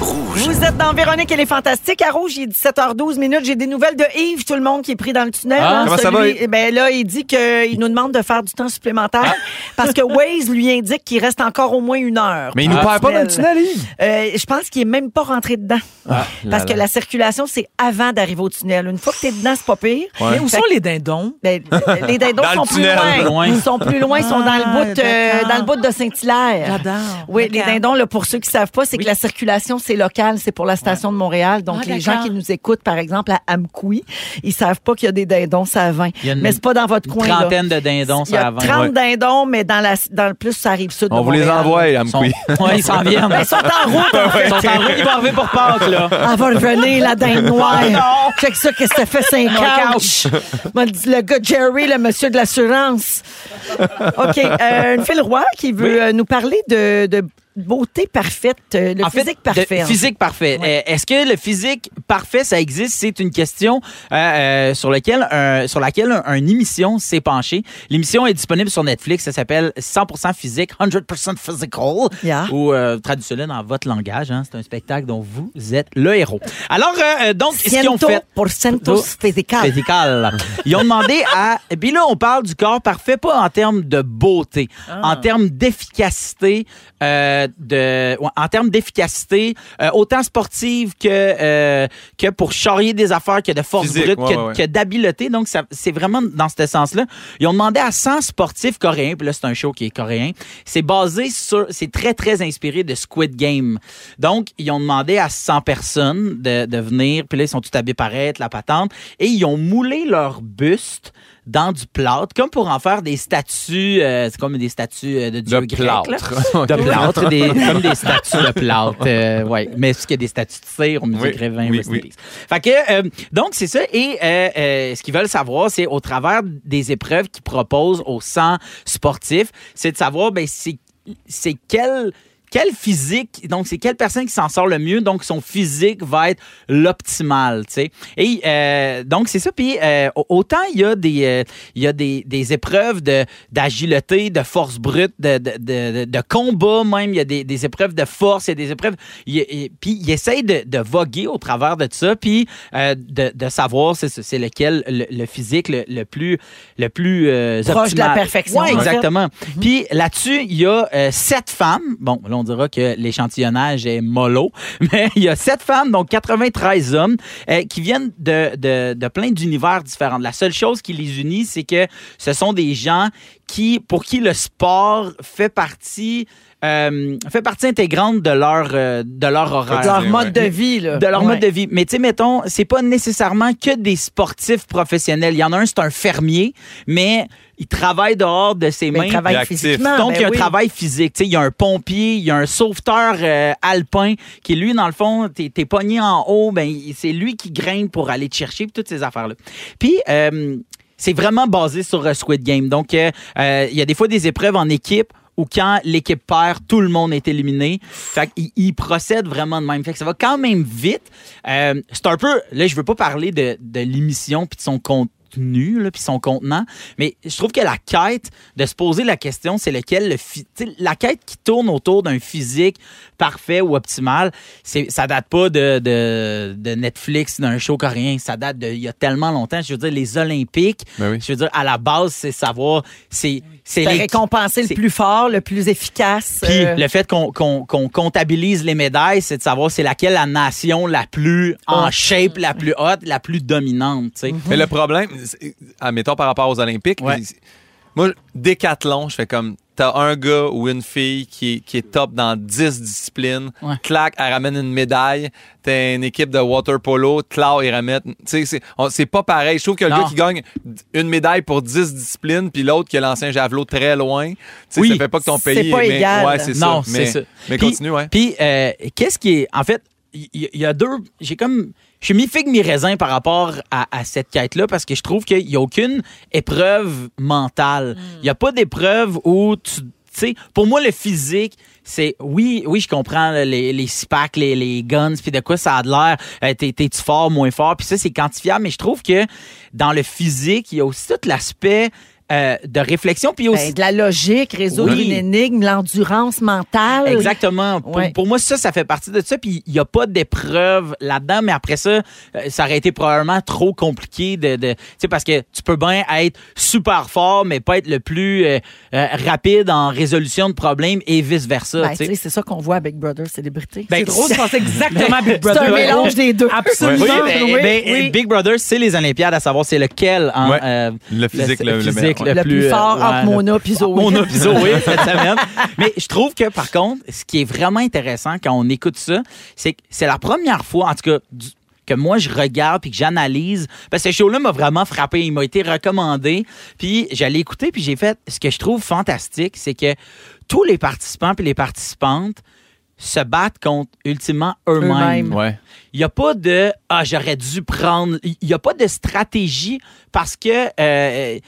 Vous êtes dans Véronique et les Fantastiques. À Rouge, il est 17h12 minutes. J'ai des nouvelles de Yves, tout le monde qui est pris dans le tunnel. Ah, comment ça va, Yves? Eh ben là, il dit qu'il nous demande de faire du temps supplémentaire Ah. *laughs* parce que Waze lui indique qu'il reste encore au moins une heure. Mais il nous Ah, perd pas dans le tunnel, Ah, Yves. Euh, je pense qu'il est même pas rentré dedans. parce que la circulation, c'est avant d'arriver au tunnel. Une fois que t'es dedans, c'est pas pire. Mais où sont les dindons? Ben, euh, les dindons Dans le sont plus tunnel. loin. Loin. Ils sont plus loin, ils sont dans le Ah, bout, euh, d'accord. dans le bout de Saint-Hilaire. J'adore. Oui, les D'accord. dindons, là, pour ceux qui savent pas, c'est que la circulation, c'est local, c'est pour la station de Montréal. Donc, Ah, les d'accord. gens qui nous écoutent, par exemple, à Amkoui, ils savent pas qu'il y a des dindons, ça à 20. Il y a une- mais c'est pas dans votre Une coin, là. trentaine de dindons, Il y ça a avant. 30 dindons, mais dans, la, dans le plus, ça arrive sud On de vous les Montréal. envoie, Ils sont... *laughs* Amqui. Ouais, ils *laughs* s'en viennent. Ben, ils sont en *laughs* route, en fait. Ils sont en route, ils vont arriver pour Pâques, là. Elle va revenir, la dinde Ah, noire. Check ça, qu'est-ce que ça fait, c'est un *laughs* couch. Moi, le- Le gars Jerry, le monsieur de l'assurance. OK, euh, une fille Roy qui veut euh, nous parler de, de beauté parfaite, euh, de En fait, physique parfaite. de- physique parfait. Euh, Est-ce que le physique parfait, ça existe? C'est une question euh, euh, sur, lequel, un- sur laquelle un- une émission s'est penchée. L'émission est disponible sur Netflix. Ça s'appelle 100% physique, 100% physical. Yeah. Ou euh, traduisez-le dans votre langage. hein. C'est un spectacle dont vous êtes le héros. Alors, euh, euh, donc, ce qu'ils ont fait... pour physical. Physical. Ils ont demandé à. Et Puis là, on parle du corps parfait, pas en termes de beauté, en Ah. termes d'efficacité, euh, de, ouais, en termes d'efficacité, euh, autant sportive que euh, que pour charrier des affaires, que de force Physique, brute, ouais, que, ouais, ouais. que d'habileté. Donc, ça- c'est vraiment dans ce sens-là. Ils ont demandé à 100 sportifs coréens, puis là, c'est un show qui est coréen. C'est basé sur, c'est très, très inspiré de Squid Game. Donc, ils ont demandé à 100 personnes de, de venir, puis là, ils sont tout habillés pareil, la patente, et ils ont moulé leur buste dans du plâtre, comme pour en faire des statues, euh, c'est comme des statues euh, de dieu De grec, là. plâtre. *laughs* De plâtre, des, comme des statues de plâtre. euh, ouais. Mais est-ce qu'il y a des statues de cire au musée Oui, Grévin? oui, rest in oui. peace. Fait que, euh, donc, c'est ça. Et euh, euh, ce qu'ils veulent savoir, c'est au travers des épreuves qu'ils proposent aux 100 sportifs, c'est de savoir, ben, c'est c'est quel quel physique, donc c'est quelle personne qui s'en sort le mieux, donc son physique va être l'optimal, tu sais. Et euh, donc c'est ça, puis euh, autant il y a des, euh, il y a des, des épreuves de, d'agilité, de force brute, de, de, de- de combat même, il y a des, des épreuves de force, il y a des épreuves, il- il- puis il essaye de, de voguer au travers de tout ça, puis euh, de, de savoir c'est, c'est lequel le, le physique le, le plus, le plus euh, Proche de la optimal. perfection, Ouais, en fait. exactement. Exactement. Mhm. Puis là-dessus, il y a euh, sept femmes. Bon, là, on dira que l'échantillonnage est mollo, *laughs* mais il y a sept femmes, donc 93 hommes, euh, qui viennent de, de- de plein d'univers différents. La seule chose qui les unit, c'est que ce sont des gens qui, pour qui le sport fait partie, euh, fait partie intégrante de leur, euh, de leur horaire. De leur Ouais. mode de vie, là. De leur Ouais. mode de vie. Mais tu sais, mettons, c'est pas nécessairement que des sportifs professionnels. Il y en a un, c'est un fermier, mais il travaille dehors de ses Mais mains. ils travaillent Puis actif. physiquement. Donc, ben il y a un oui. travail physique. Tu sais, il y a un pompier, il y a un sauveteur euh, alpin qui, lui, dans le fond, t'es t'es pogné en haut. Ben, il- c'est lui qui grimpe pour aller te chercher, puis toutes ces affaires-là. Puis, euh, c'est vraiment basé sur euh, Squid Game. Donc, euh, euh, il y a des fois des épreuves en équipe ou quand l'équipe perd, tout le monde est éliminé. Fait qu'il il procède vraiment de même. Fait que ça va quand même vite. Euh, c'est un peu... Là, je veux pas parler de, de l'émission puis de son contenu, là, puis son contenant, mais je trouve que la quête de se poser la question, c'est lequel le phy- tu sais, la quête qui tourne autour d'un physique parfait ou optimal, c'est ça date pas de, de, de Netflix, d'un show coréen, ça date de il y a tellement longtemps. Je veux dire les Olympiques. Ben oui. Je veux dire à la base, c'est savoir c'est c'est de les- récompenser le c'est- plus fort, le plus efficace. puis euh, le fait qu'on qu'on- qu'on comptabilise les médailles, c'est de savoir c'est laquelle la nation la plus en shape, la plus haute, la plus dominante. tu sais. Mais le problème, c'est- admettons par rapport aux Olympiques, Ouais. c'est- moi, décathlon, je fais comme t'as un gars ou une fille qui est, qui est top dans 10 disciplines, Ouais. clac, elle ramène une médaille, t'as une équipe de water polo, Clau, ils ramènent. Tu sais, c'est- on- c'est pas pareil. Je trouve que le Non. gars qui gagne une médaille pour 10 disciplines, puis l'autre qui a lancé un javelot très loin, tu sais, Oui. ça fait pas que ton C'est pays pas mais- égal. Ouais, c'est Non, ça. c'est Mais, ça. mais Puis- continue, ouais. Puis, euh, qu'est-ce qui est. En fait, il y, il y a deux. J'ai comme. Je suis mi-figue, mi-raisin par rapport à, à cette quête-là parce que je trouve qu'il n'y a aucune épreuve mentale. Il n'y a pas d'épreuve où tu. tu sais, pour moi, le physique, c'est oui, oui, je comprends là, les, les six packs, les, les guns, puis de quoi ça a de l'air. Euh, t'es- T'es-tu fort, moins fort, puis ça, c'est quantifiable. Mais je trouve que dans le physique, il y a aussi tout l'aspect euh, de réflexion, puis aussi ben, de la logique, résoudre Oui. une énigme, l'endurance mentale. Exactement. Pour, Ouais. pour moi, ça, ça fait partie de ça. Puis il n'y a pas d'épreuve là-dedans. Mais après ça, euh, ça aurait été probablement trop compliqué de. de- tu sais, parce que tu peux bien être super fort, mais pas être le plus euh, euh, rapide en résolution de problèmes et vice-versa. Ben, tu tu sais. sais, c'est ça qu'on voit à Big Brother Célébrité. Ben, C'est drôle, je pensais exactement à Big c'est Brother. un Ouais. mélange des deux. Absolument. Oui, Ben, oui, ben, oui. Big Brother, c'est les Olympiades, à savoir c'est lequel en, Ouais. euh, Le physique, le, le physique meilleur, ouais. Le plus euh, fort entre le- Mona puis Zoé. Mona puis Zoé cette semaine. Mais je trouve que, par contre, ce qui est vraiment intéressant quand on écoute ça, c'est que c'est la première fois, en tout cas, du- que moi, je regarde puis que j'analyse. Parce que ce show-là m'a vraiment frappé. Il m'a été recommandé. Puis j'allais écouter, puis j'ai fait... Ce que je trouve fantastique, c'est que tous les participants puis les participantes se battent contre, ultimement, Eux-mêmes. eux-mêmes. Ouais. Il n'y a pas de Ah, j'aurais dû prendre. Il n'y a pas de stratégie parce que euh,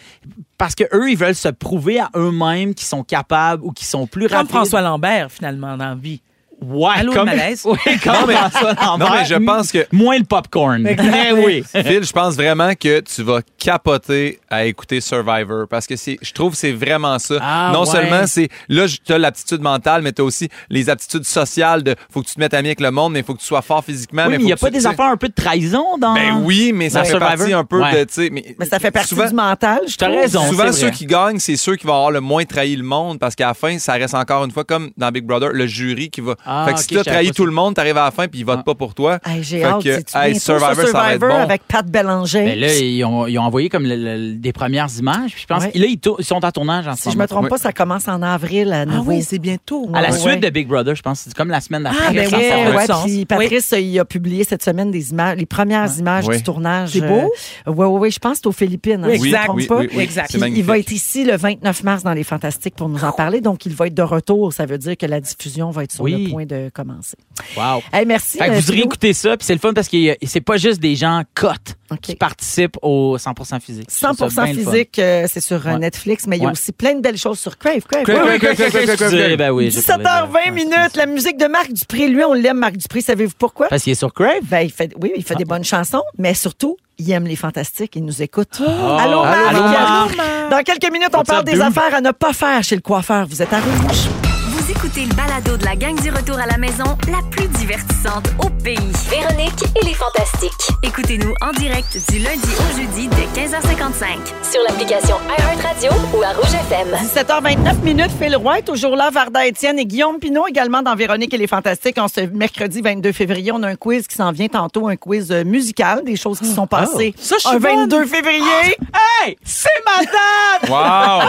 parce que eux, ils veulent se prouver à eux-mêmes qu'ils sont capables ou qu'ils sont plus Comme rapides. François Lambert, finalement, dans la vie. *laughs* ouais, Allô, comme, le malaise? Oui, comme François Lambert. Non, mais je pense que- Moins le popcorn. Mais oui. *laughs* Phil, je pense vraiment que tu vas capoter à écouter Survivor parce que c'est, je trouve que c'est vraiment ça. Ah, non ouais. seulement c'est là, tu as l'aptitude mentale, mais tu as aussi les aptitudes sociales de faut que tu te mettes ami avec le monde, mais il faut que tu sois fort physiquement. Oui, mais il n'y a faut pas que tu- des affaires un peu de trahison dans. Ben oui, mais ça Dans fait Survivor. partie un peu Ouais. de. tu sais, Mais, Mais ça fait partie souvent- du mental. Je T'as trouve. raison. c'est Souvent, vrai. ceux qui gagnent, c'est ceux qui vont avoir le moins trahi le monde parce qu'à la fin, ça reste encore une fois comme dans Big Brother, le jury qui va. Ah, fait que ok, si tu as je savais trahi pas tout ça. Ah. le monde, t'arrives à la fin puis ils votent pas pour toi. Hey, j'ai Fait hâte. que, c'est-tu hey, bientôt sur Survivor, ça va être Survivor bon. avec Pat Bélanger. Ben là, ils ont, ils ont envoyé comme le- le- des premières images. puis Je pense Ouais. que là, ils, tou- ils sont en tournage en ce si je moment. me trompe pas, ça commence en avril à nouveau. bientôt. Ah À la Ouais. suite de Big Brother, je pense. C'est comme la semaine d'après. Ah, ben Ça oui, sort. ouais. ouais, du sens. puis Patrice, euh, il a publié cette semaine des images, les premières images Oui. du tournage. euh, C'est beau? Oui, oui, oui, je pense que c'est aux Philippines. hein, Oui, si je me exact. trompe Oui, pas. oui, oui. Exact. Puis C'est il magnifique. va être ici Oh! le 29 mars dans Les Fantastiques pour nous en parler. Donc, il va être de retour. Ça veut dire que la diffusion va être sur Oui. le point loin de commencer. Wow. Hey, merci. Fait que euh, vous Philo. réécoutez ça, puis c'est le fun parce que y a- c'est pas juste des gens cotes OK. qui participent au 100% physique. Je trouve ça 100% bien le fun. physique, euh, c'est sur euh, Ouais. Netflix, mais il y a Ouais. aussi plein de belles choses sur Crave. Crave, Crave, Crave. crave, crave, crave, crave, crave, crave. Excusez, ben oui, j'ai parlé de- 17h20 Ouais. minutes, la musique de Marc Dupré. Lui, on l'aime, Marc Dupré. Savez-vous pourquoi? Parce qu'il est sur Crave. Ben, il fait, oui, il fait des Ah. bonnes chansons, mais surtout, il aime les fantastiques. Il nous écoute. Allô, Ah. Allô, Marc! Marc! Dans quelques minutes, on What's parle up, des dude? affaires à ne pas faire chez le coiffeur. Vous êtes à rouge. Vous écoutez le balado de la gang du retour à la maison, la plus divertissante au pays. Véronique et les Fantastiques. Écoutez-nous en direct du lundi au jeudi dès 15h55. Sur l'application iHeartRadio ou à Rouge FM. 17h29 minutes, Phil Roy, toujours là, Varda Étienne et Guillaume Pinot, également dans Véronique et les Fantastiques. En ce mercredi 22 février, on a un quiz qui s'en vient tantôt, un quiz euh, musical, des choses qui Ah. se sont passées. Oh. Ça, je suis un bonne. 22 février. Hey! C'est madame! *laughs* Wow!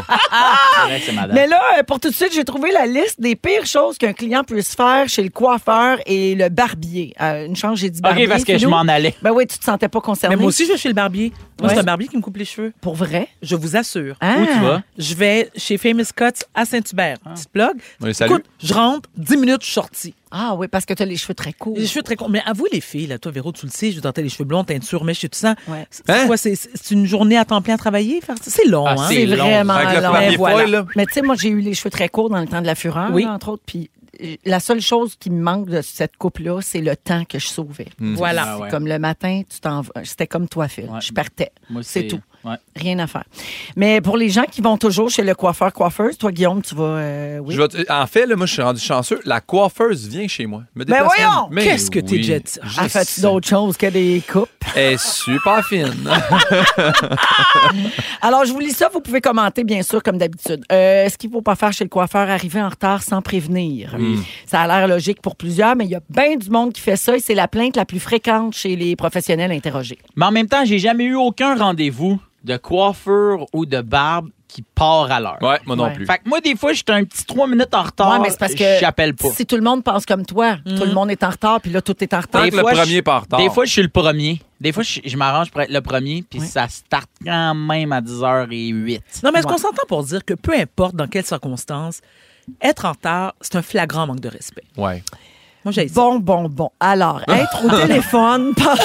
C'est vrai que c'est madame. Ah! Mais là, euh, pour tout de suite, j'ai trouvé la liste des pires choses qu'un client puisse faire chez le coiffeur et le barbier. Euh, une chance, j'ai dit barbier. OK, parce que je Philou. m'en allais. Ben oui, tu te sentais pas concerné. Mais moi aussi, je vais chez le barbier. Moi, Ouais. c'est un barbier qui me coupe les cheveux. Pour vrai. Je vous assure. Où tu Ah. Hein? vas? Je vais chez Famous Cuts à Saint-Hubert. Ah. Petite plug. On les salue. Écoute, je rentre, 10 minutes, je suis sortie. Ah oui, parce que tu as les cheveux très courts. Les cheveux très courts. Mais avouez les filles, là, toi, Véro, tu le sais, je veux tenter les cheveux blonds, teinture, mais je sais tout ça. Ouais. C'est c'est Hein? quoi? C'est- C'est c'est une journée à temps plein à travailler? faire ça? C'est long, Ah, hein? C'est long. vraiment Avec le long. papier Mais voilà. foil, là. Mais tu sais, moi, j'ai eu les cheveux très courts dans le temps de la fureur, Oui. là, entre autres. Puis euh, la seule chose qui me manque de cette coupe-là, c'est le temps que je sauvais. Voilà. Ah ouais. Comme le matin, tu t'en vas- C'était comme toi, Phil. Ouais. Je partais. Moi, C'est tout. Ouais. Rien à faire. Mais pour les gens qui vont toujours chez le coiffeur-coiffeuse, toi, Guillaume, tu vas. euh, oui. Je vais te- en fait, là, moi, je suis rendu chanceux. La coiffeuse vient chez moi. Me Ben déplace même. voyons! Mais Qu'est-ce que t'es oui, jet- je Elle fait sais. d'autres choses que des coupes. Elle est super *laughs* fine. Alors, je vous lis ça. Vous pouvez commenter, bien sûr, comme d'habitude. Euh, ce qu'il ne faut pas faire chez le coiffeur, arriver en retard sans prévenir. Mm. Ça a l'air logique pour plusieurs, mais il y a bien du monde qui fait ça et c'est la plainte la plus fréquente chez les professionnels interrogés. Mais en même temps, j'ai jamais eu aucun rendez-vous de coiffure ou de barbe qui part à l'heure. Ouais, moi non Ouais. plus. Fait que moi, des fois, j'étais un petit 3 minutes en retard. Ouais, mais c'est parce que J'appelle pas. si tout le monde pense comme toi, tout Mm. le monde est en retard, puis là, tout est en retard. Tant Des que le fois, je- premier part tard. Des fois, je suis le premier. Des fois, je, je m'arrange pour être le premier, puis Ouais. ça start quand même à 10h08. Non, mais est-ce Ouais. qu'on s'entend pour dire que peu importe dans quelles circonstances, être en retard, c'est un flagrant manque de respect. Ouais. Moi, j'ai dit. Bon, bon, bon. Alors, être au Ah. *laughs* téléphone pendant-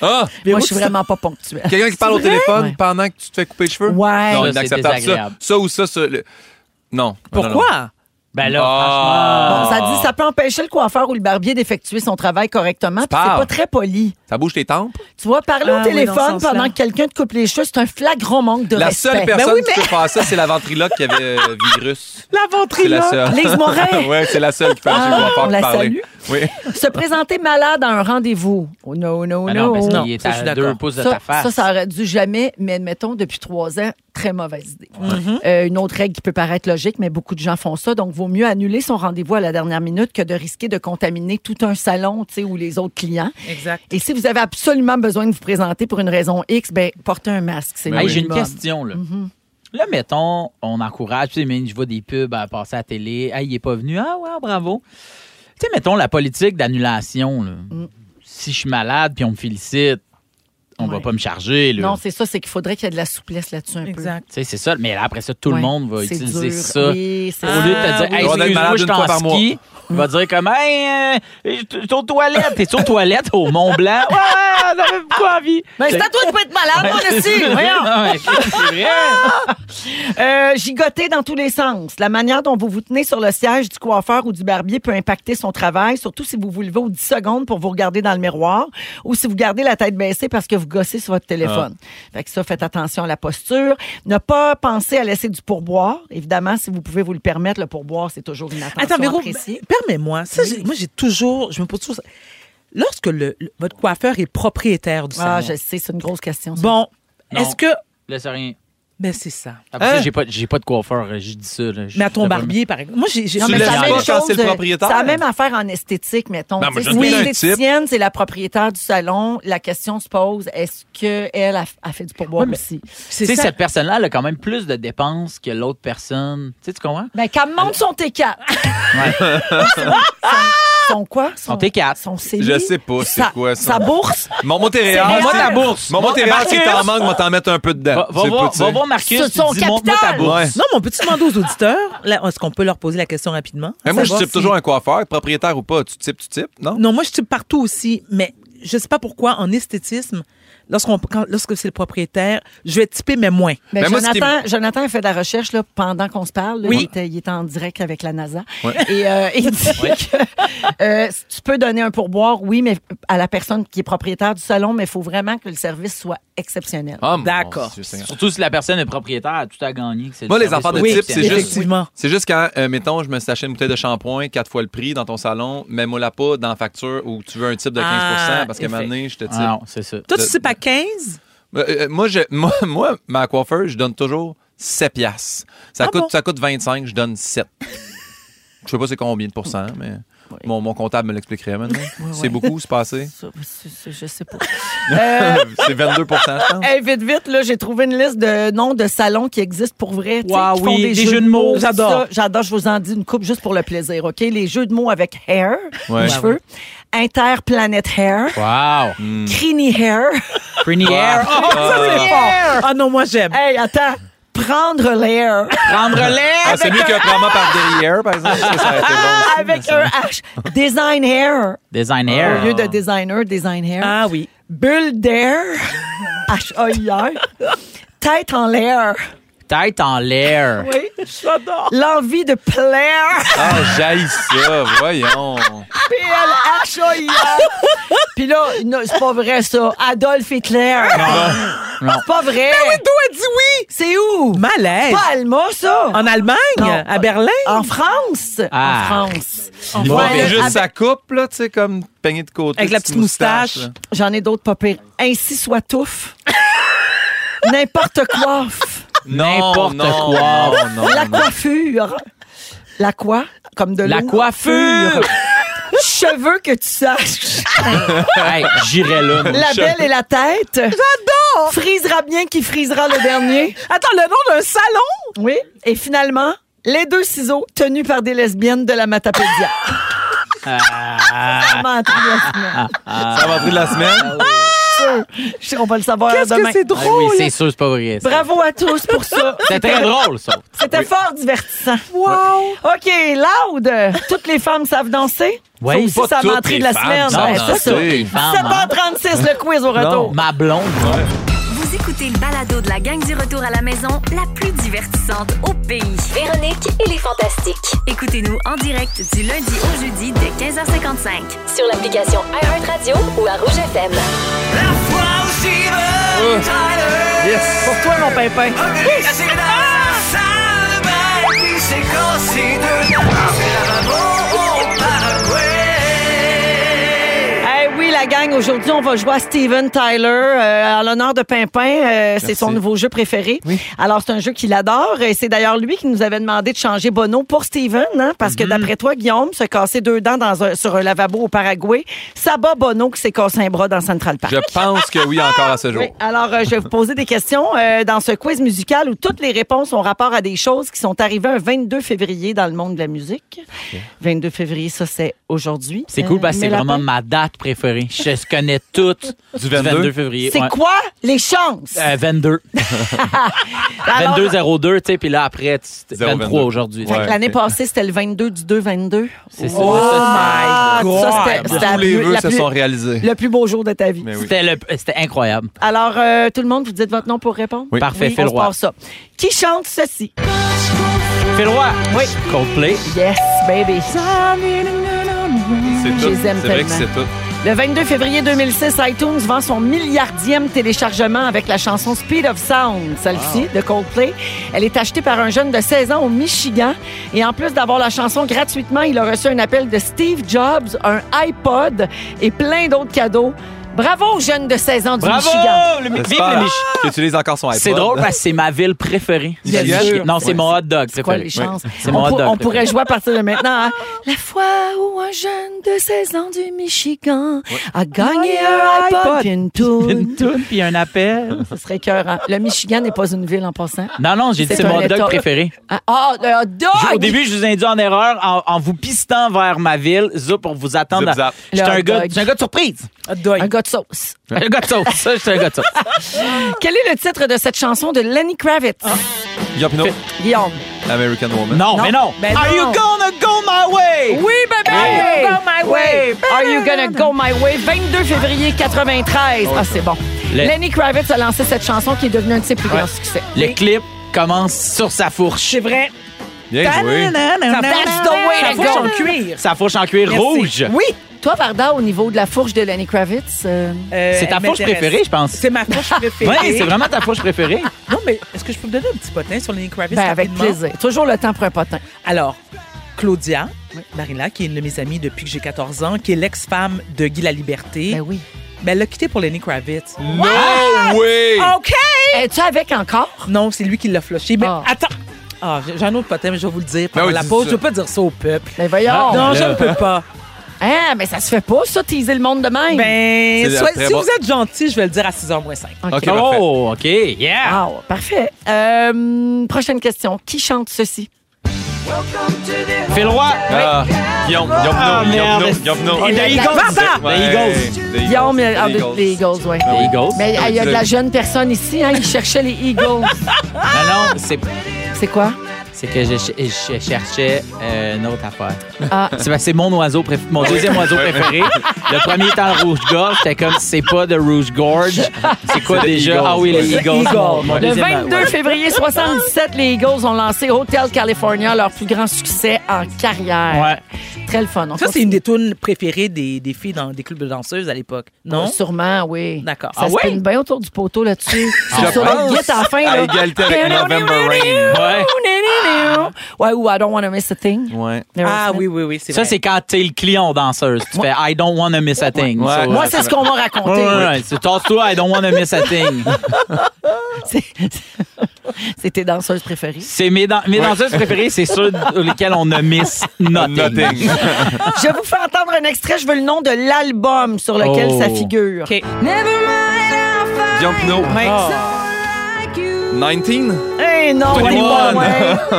Ah! Moi, je suis vraiment pas ponctuelle. Quelqu'un qui parle au téléphone Ouais. pendant que tu te fais couper les cheveux? Ouais. Non, Ça, inacceptable. c'est Ça, désagréable. ça ou ça, ça. le- Non. Non, non, non. Pourquoi? Ben là, Ah. Bon, franchement... ça dit, ça peut empêcher le coiffeur ou le barbier d'effectuer son travail correctement, puis c'est parles. pas très poli. Ça bouge tes tempes? Tu vois, parler Ah au oui, téléphone dans ce pendant sens-là. que quelqu'un te coupe les cheveux, c'est un flagrant manque de La respect. seule personne Ben oui, qui peut faire ça, c'est la ventriloque qui avait euh, virus. C'est La la ventriloque! seule. Lise Morin. *laughs* ouais, c'est la seule qui peut Ah, faire on la salue. Oui. mais se présenter malade à un rendez-vous. Oh no, no, Ben no. non, parce qu'il Non, est ça, je suis à d'accord. deux pouces de ça, ta face. ça, ça aurait dû jamais, mais admettons, depuis trois ans, très mauvaise idée. Mhm. Euh, une autre règle qui peut paraître logique, mais beaucoup de gens font ça, donc vaut mieux annuler son rendez-vous à la dernière minute que de risquer de contaminer tout un salon, tu sais, ou les autres clients. Exact. Et si vous avez absolument besoin de vous présenter pour une raison X, ben portez un masque, c'est le Hey, Ben J'ai une minimum. question, là. Mm-hmm. Là, mettons, on encourage, tu sais, mais je vois des pubs à passer à la télé. Hey, il est pas venu. Ah, ouais, bravo. Tu sais, mettons, la politique d'annulation, là. Mm. Si je suis malade puis on me félicite, on va Ouais. pas me charger, là. Non, c'est ça, c'est qu'il faudrait qu'il y ait de la souplesse là-dessus un peu. Exact. Tu sais, c'est ça. Mais là, après ça, tout le Ouais, monde va c'est utiliser dur. ça. Oui, c'est Au lieu de te Ah, dire, oui. hey, On va être excuse-moi, je malade une suis fois en par mois. ski. Il va dire comme, hey, euh, je suis aux toilettes. T'es aux toilettes au Mont-Blanc. Ouais, j'avais pas envie. Ben, c'est à toi de pas être malade, mon ici! *laughs* Voyons! Ah, ouais, c'est vrai. Euh, gigoter dans tous les sens. La manière dont vous vous tenez sur le siège du coiffeur ou du barbier peut impacter son travail, surtout si vous vous levez aux 10 secondes pour vous regarder dans le miroir ou si vous gardez la tête baissée parce que vous gossez sur votre téléphone. Ah. Fait que ça, faites attention à la posture. Ne pas penser à laisser du pourboire. Évidemment, si vous pouvez vous le permettre, le pourboire, c'est toujours une attention Attends, Véro, appréciée. permets-moi. Ça, j'ai- Moi, j'ai toujours. Je me pose toujours. ça. Lorsque le, le- votre coiffeur est propriétaire du salon. Ah, je sais, c'est une grosse question. ça. Bon, Non. est-ce que. Laisse rien. Ben, c'est ça. Après ça, Hein? j'ai pas, j'ai pas de coiffeur, euh, j'ai dit ça. là. Je- Mais à ton je- barbier, par exemple. Moi, j'ai. j'ai- Non, Tu mais le c'est la laisses même pas quand chose, c'est le euh, propriétaire? C'est la même affaire en esthétique, mettons. Non, Tu mais sais, je si donne un l'esthéticienne, c'est la propriétaire du salon. La question se pose, est-ce qu'elle a, a fait du pourboire Ouais, mais- aussi? Tu C'est sais, ça. cette personne-là, elle a quand même plus de dépenses que l'autre Oh. personne. Tu sais, tu comprends? Ben, qu'elle me montre son T4. Ouais. ça, *laughs* Son quoi? Son, Son T4. Son CI? Je sais pas c'est Sa- quoi ça. Sa bourse? Mon mot C'est Montre-moi réel. ta bourse. Mon mot si Marcus, t'en manques, on t'en mettre un peu dedans. Va, va C'est voir, pas, tu sais. va voir Marcus. Ce tu sont dis, montre-moi ta capital. bourse. Non, mais on peut-tu demander aux auditeurs, là, est-ce qu'on peut leur poser la question rapidement? Mais moi, je Savoir type si- toujours un coiffeur, propriétaire ou pas. Tu types, tu types, non? Non, moi, je type partout aussi, mais je sais pas pourquoi, en esthétisme, lorsqu'on, quand- lorsque c'est le propriétaire, je vais typer, mais moins. Mais Ben, moi, ce qui Jonathan, Jonathan a fait de la recherche là, pendant qu'on se parle. là. Oui. Il, était, il était en direct avec la NASA. Ouais. Et euh, *laughs* il dit que euh, tu peux donner un pourboire, oui, mais à la personne qui est propriétaire du salon, mais il faut vraiment que le service soit exceptionnel. Ah, mon D'accord. Dieu Seigneur. Surtout si la personne est propriétaire, tout à gagner. que c'est le Moi, les service affaires de au- Oui, type, c'est juste. effectivement. C'est juste quand, euh, mettons, je me suis acheté une bouteille de shampoing, quatre fois le prix dans ton salon, mets-moi la pas dans la facture où tu veux un type de 15 Ah, parce qu'à un effet. moment donné, je te type. Ah non, c'est ça. Toi, tu De- types à 15? Euh, euh, moi, je, *laughs* moi, moi, ma coiffeur, je donne toujours 7 piastres. Ça, Ah coûte, bon? ça coûte 25, je donne 7. je sais pas c'est combien de pourcents, mais mon, mon comptable me l'expliquerait maintenant. C'est ouais. beaucoup, c'est passé. Ça, ben, c'est- c'est- je sais pas. *laughs* c'est 22 je pense. Hey, vite, vite, là, j'ai trouvé une liste de noms de salons qui existent pour vrai. tu sais, Wow, qui font oui, des, des jeux de mots, tout j'adore. ça. J'adore, je vous en dis une coupe juste pour le plaisir, OK? Les jeux de mots avec hair, Ouais. les cheveux, interplanet hair, Wow. creamy hair. Pretty air. Oh, Ah non, moi, j'aime. Hey, attends, prendre l'air prendre l'air. Ah, c'est mieux qu'un prendre par derrière, par exemple. Ça, ça a été bon. avec un H. Design hair. Design Au lieu air. de designer, design hair. Ah oui. Bulle d'air. H-A-I-R. Tête en l'air. Tête en l'air. Oui, j'adore. L'envie de plaire. Ah, j'haïs ça, voyons. P-L-H-A-I-R. Puis là, non, c'est pas vrai, ça. Adolf Hitler. Non. C'est pas vrai. D'où elle dit oui? C'est où? Malaise. Pas Alma, ça. En Allemagne? Non. À Berlin? En France. Ah. En France. Il faut Ouais, bien là, juste avec- sa coupe, là, tu sais, comme peigner de côté. Avec la petite moustache. là. J'en ai d'autres pas pires. Ainsi soit touffe. N'importe quoi. Non, N'importe non, quoi. non, non, La non. coiffure. La quoi? Comme de l'eau. La coiffure. Cheveux que tu saches. *laughs* hey, j'irai là. moi. La belle et la tête. J'adore! Frisera bien qui frisera le dernier. Attends, le nom d'un salon? Oui. Et finalement, les deux ciseaux tenus par des lesbiennes de la Matapédia. Ah. Ça m'a entré la semaine. Ça va pris de la semaine. Je sais qu'on va le savoir Qu'est-ce demain. que c'est Ah oui, drôle? c'est sûr, c'est pas vrai. ça. Bravo à tous pour ça. C'est très drôle, ça. C'était fort divertissant. wow! OK, loud. Toutes les femmes savent danser. Oui, Sauf si ça m'a toutes entré de les la femmes semaine. savent Ouais, danser. c'est ça. Les hein. femmes, 7h36, le quiz Non, au retour. ma blonde. Vous écoutez le balado de la gang du retour à la maison, la plus divertissante au pays. Véronique et les Fantastiques. Écoutez-nous en direct du lundi au jeudi dès 15h55. Sur l'application iHeartRadio ou à Rouge FM. Yes. Pour toi, mon pimpin. Eh oui, la gang, aujourd'hui, on va jouer à Steven Tyler euh, en l'honneur de Pimpin. Euh, c'est son nouveau jeu préféré. Alors, c'est un jeu qu'il adore. Et c'est d'ailleurs lui qui nous avait demandé de changer Bono pour Steven, hein, parce Mm-hmm. que d'après toi, Guillaume, se casser deux dents dans un- sur un lavabo au Paraguay, ça bat Bono qui s'est cassé un bras dans Central Park. Je pense que oui, encore à ce jour. Oui. Alors, euh, je vais vous poser des questions euh, dans ce quiz musical où toutes les réponses ont rapport à des choses qui sont arrivées un 22 février dans le monde de la musique. 22 février, ça, c'est aujourd'hui. C'est cool Euh, parce que c'est Mélapin. vraiment ma date préférée. Je se connais toutes du 22. février. C'est ouais. quoi les chances? Euh, 22. Alors, euh, 22-02, tu sais, puis là, après, tu- 0-22. 23 aujourd'hui. Ouais. L'année ok. passée, c'était le 22 du 2-22. C'est ça. Oh Ah, Ça, my God! Ça, c'était- c'était la Tous les plus- vœux la se plus- sont réalisés. Le plus beau jour de ta vie. Mais oui. C'était le- c'était incroyable. Alors, euh, tout le monde, vous dites votre nom pour répondre? Oui. Parfait, on Phil se Roy. passe ça. Qui chante ceci? Phil Roy. Oui. Coldplay. Yes, baby. C'est Je tout. les aime C'est vrai que tellement. c'est tout. Le 22 février 2006, iTunes vend son milliardième téléchargement avec la chanson Speed of Sound, celle-ci, de Coldplay. Elle est achetée par un jeune de 16 ans au Michigan. Et en plus d'avoir la chanson gratuitement, il a reçu un appel de Steve Jobs, un iPod et plein d'autres cadeaux. Bravo aux jeunes de 16 ans du Bravo! Michigan. Le, mi- vive J'espère le Mich- qu'il utilise encore son iPod. C'est drôle hein. parce que c'est ma ville préférée. Bien Le sûr. Michigan. Non, c'est Ouais. mon hot dog. C'est quoi préféré. les chances? Ouais. C'est On, mon hot pour- dog. on préféré. pourrait jouer à partir de *laughs* maintenant. hein? La fois où un jeune de 16 ans du Michigan a gagné un iPod, iPod. puis une toune. *laughs* Une toune puis un appel. Ce serait écœurant. Le Michigan n'est pas une ville en passant. *laughs* Non, non, j'ai dit C'est c'est mon un hot dog laptop. préféré. Ah, Ah, le hot dog! Au début, je vous ai induit en erreur en, en vous pistant vers ma ville. Zoup, pour vous attendre. Zip, zap. J'étais Le un hot gars, dog. j'étais un gars de surprise. Un gars de sauce. Un gars de sauce. Ça, j'étais un gars de sauce. Quel est le titre de cette chanson de Lenny Kravitz? Yopino, Guillaume. American Woman. Non, Non, mais non. ben Are non. you gonna go my way? Oui, bébé! Hey! Go my way! Are you gonna go my way? 22 février 93. Ah, c'est bon. Le- Lenny Kravitz a lancé cette chanson qui est devenue un de ses plus grands succès. Le clip commence sur sa fourche. C'est vrai. Bien joué. That's the way Ça to faut go. en cuir. Sa fourche en cuir Merci. rouge. Oui. Toi, Varda, au niveau de la fourche de Lenny Kravitz, euh, Euh, C'est ta elle fourche m'intéresse. préférée, je pense. C'est ma fourche préférée. Oui, c'est vraiment ta fourche préférée. Non, mais est-ce que je peux me donner un petit potin sur Lenny Kravitz ben, avec rapidement? plaisir. Toujours le temps pour un potin. Alors, Claudia Marina, qui est une de mes amies depuis que j'ai 14 ans, qui est l'ex-femme de Guy La Liberté, Ben oui. ben, elle l'a quitté pour Lenny Kravitz. No way! Oh, OK! Es-tu avec encore? Non, c'est lui qui l'a floché. Mais Ah. attends! Ah, j'ai- j'ai un autre potin, mais je vais vous le dire pendant Ben oui, la dis pause. ça. Je ne veux pas dire ça au peuple. Ben voyons. Ah, non, là. je ne peux *laughs* pas. Hein, mais ça se fait pas, ça, teaser le monde de même. Ben, C'est soit- très si bon. vous êtes gentil, je vais le dire à 6h moins 5. Ok, parfait. oh, OK. Yeah. Wow, Ah, parfait. Euh, prochaine question. Qui chante ceci? Fais le roi. Ah, Guillaume, Guillaume, Ah, Pinault, Guillaume, merde. Pinault, Guillaume, Pinault. Et les Eagles. Varda! Ouais, Eagles. les Guillaume, euh, Eagles, les ah, les Eagles, ouais. Les Eagles. Mais ah, il y a tu de l'as la dit. jeune personne ici, hein, il cherchait les Eagles. Non, Ah non, c'est, C'est quoi? c'est que je, ch- je cherchais euh, une autre affaire. Ah. C'est, parce que c'est mon oiseau préf- mon deuxième oiseau préféré. Le premier étant le rouge gorge. J'étais comme, c'est pas de rouge gorge. C'est quoi déjà? Eagles, ah oui, les ouais. Eagles. Mon- mon Le deuxième, 22 ouais. février 77, les Eagles ont lancé Hotel California, leur plus grand succès en carrière. Ouais. Très le fun. On Ça, c'est continue. une des tunes préférées des, des filles dans des clubs de danseuses à l'époque. Non? Sûrement, oui. D'accord. Ça Ah se ouais? spinne bien autour du poteau là-dessus. Je Sur le pense guide à la fin. À là. égalité avec November Rain. Ouais. Ouais, ou I don't want to miss a thing. Ouais. Ah oui, oui, oui, c'est Ça, vrai. c'est quand t'es le client danseuse. Tu fais I don't wanna miss a thing. Ouais. Ça, Moi, ouais. c'est ce qu'on m'a raconté. Ouais, ouais, ouais. C'est Tasse-toi, I don't wanna miss a thing. C'est- C'est tes danseuses préférées. C'est mes, dan- mes danseuses préférées, c'est ceux lesquels on a miss *laughs* nothing. Nothing. Je vous fais entendre un extrait. Je veux le nom de l'album sur lequel Oh. ça figure. OK. Guillaume Pinault. Ah. 19? Eh non, 21. 21. ouais.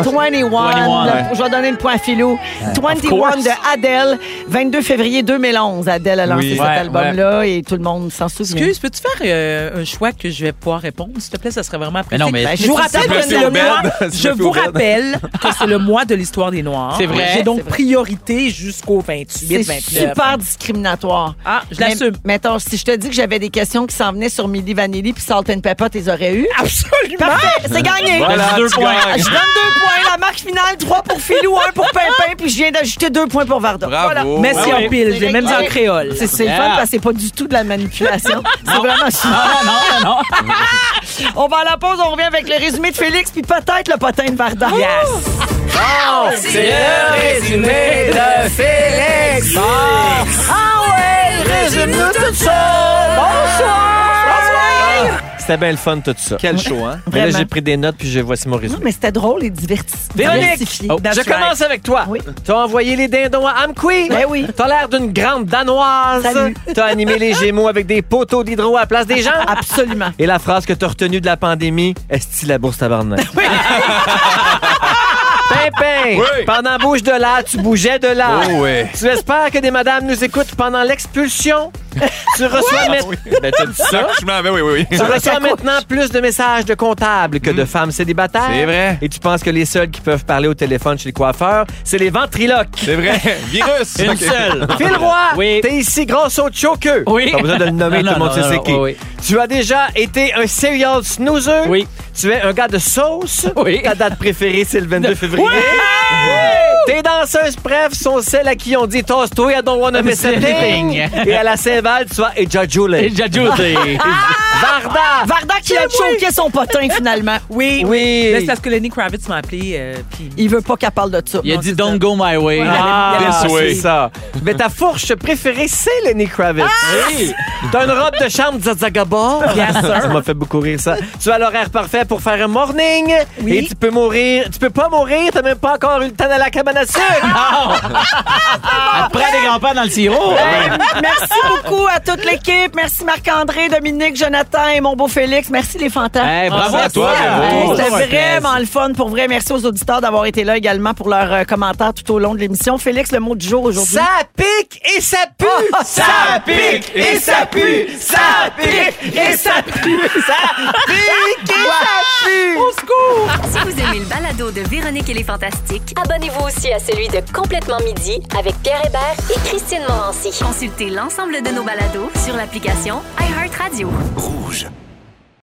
21. 21, ouais. Je vais donner une point à Philou. 21 course. de Adele. 22 février 2011, Adele a lancé Oui. cet Ouais, album-là et tout le monde s'en souvient. Excuse, peux-tu faire euh, un choix que je vais pouvoir répondre, s'il te plaît? Ça serait vraiment Mais apprécié. non, mais- je vous rappelle C'est que placé c'est le au bed. mois. C'est *laughs* Je placé vous au bed. rappelle que c'est le mois de l'histoire des Noirs. C'est vrai. J'ai donc C'est vrai. priorité jusqu'au 28, C'est 29. super discriminatoire. Ah, je Mais- l'assume. Mettons, si je te dis que j'avais des questions qui s'en venaient sur Milli Vanilli puis Salt and Pepper, t'es aurais eu. Absolument. Parfait, c'est gagné. Voilà, deux tu points. Ah, gagnes. Je donne deux points. La marque finale, trois pour Philou, un pour Pimpin, puis je viens d'ajouter deux points pour Varda. Voilà. Bravo. Merci Ouais, en ouais. pile. J'ai même dit en Ouais. créole. C'est c'est le Yeah. fun parce que c'est pas du tout de la manipulation. C'est vraiment chiant. Ah non, non, non. *laughs* On va à la pause, on revient avec le résumé de Félix, puis peut-être le potin de Varda. C'est le résumé de Félix. Ah, C'était bien le fun, tout ça. Quel show, hein? Mais Vraiment. là, j'ai pris des notes, puis je voici mon Non, résumé. mais c'était drôle et divertissant. Véronique, Oh, je that's commence avec toi. Oui. T'as envoyé les dindons à Amqui. Ben oui. T'as l'air d'une grande danoise. Salut. T'as animé les Gémeaux avec des poteaux d'hydro à la place des gens. Absolument. Et la phrase que t'as retenue de la pandémie, est-ce la bourse tabarnak? Oui. Pimpin, Oui. pendant bouge de là, tu bougeais de là. Oh, ouais. Tu espères que des madames nous écoutent *laughs* pendant l'expulsion? tu reçois maintenant... Ah. Ben, t'as dit ça. Franchement, ben oui, oui, oui. Tu reçois maintenant plus de messages de comptables que Hmm. de femmes Ah. célibataires. C'est vrai. Et tu penses que les seuls qui peuvent parler au téléphone chez les coiffeurs, c'est les ventriloques. *laughs* C'est vrai. Virus. Une Ok. seule. Phil Roy, Ah, Oui. t'es ici grâce au choker. Oui. Pas besoin de le *laughs* nommer, Non, tout le monde non, sait non, c'est non, qui. oui, Tu as déjà été un serial snoozer. Oui. Tu es un gars de sauce. Oui. Ta date préférée, c'est le 22 février. Tes danseuses préf sont celles à qui on dit Toss-toi, I don't wanna miss a thing. Et à la Saint-Val, tu as Eja Julie. *laughs* Et Jajou, c'est- Varda! Varda qui a choqué son potin, finalement. Oui, Ben Oui. Mais C'est parce que Lenny Kravitz m'a appelé. euh, puis Il veut pas qu'elle parle de ça. Il a Non, dit c'est Don't ça. go my way. *laughs* Ah, This way. c'est ça. Mais ta fourche préférée, c'est Lenny Kravitz. Oui. T'as une robe de chambre Zazagaba. Yes, sir. Ça m'a fait beaucoup rire, ça. Tu as l'horaire parfait pour faire un morning. Oui. Et tu peux mourir. Tu peux pas mourir. T'as même pas encore eu le temps d'aller à la cabane à sucre. Après des grands-pères dans le Ah, sirop. Hey, merci beaucoup à toute l'équipe. Merci Marc-André, Dominique, Jonathan et mon beau Félix. Merci les fantasmes. Hey, Ah, bravo à toi, Hey, bravo. C'était Toujours un vraiment le fun pour vrai. Merci aux auditeurs d'avoir été là également pour leurs euh, commentaires tout au long de l'émission. Félix, le mot du jour aujourd'hui. Ça pique et ça pue. Ça pique et ça pue. Ça pique et ça pue. Ça pique et ça pue. Si vous aimez le balado de Véronique et les Fantastiques, Abonnez-vous aussi à celui de Complètement Midi avec Pierre Hébert et Christine Morancy. consultez l'ensemble de nos balados sur l'application iHeartRadio. Rouge.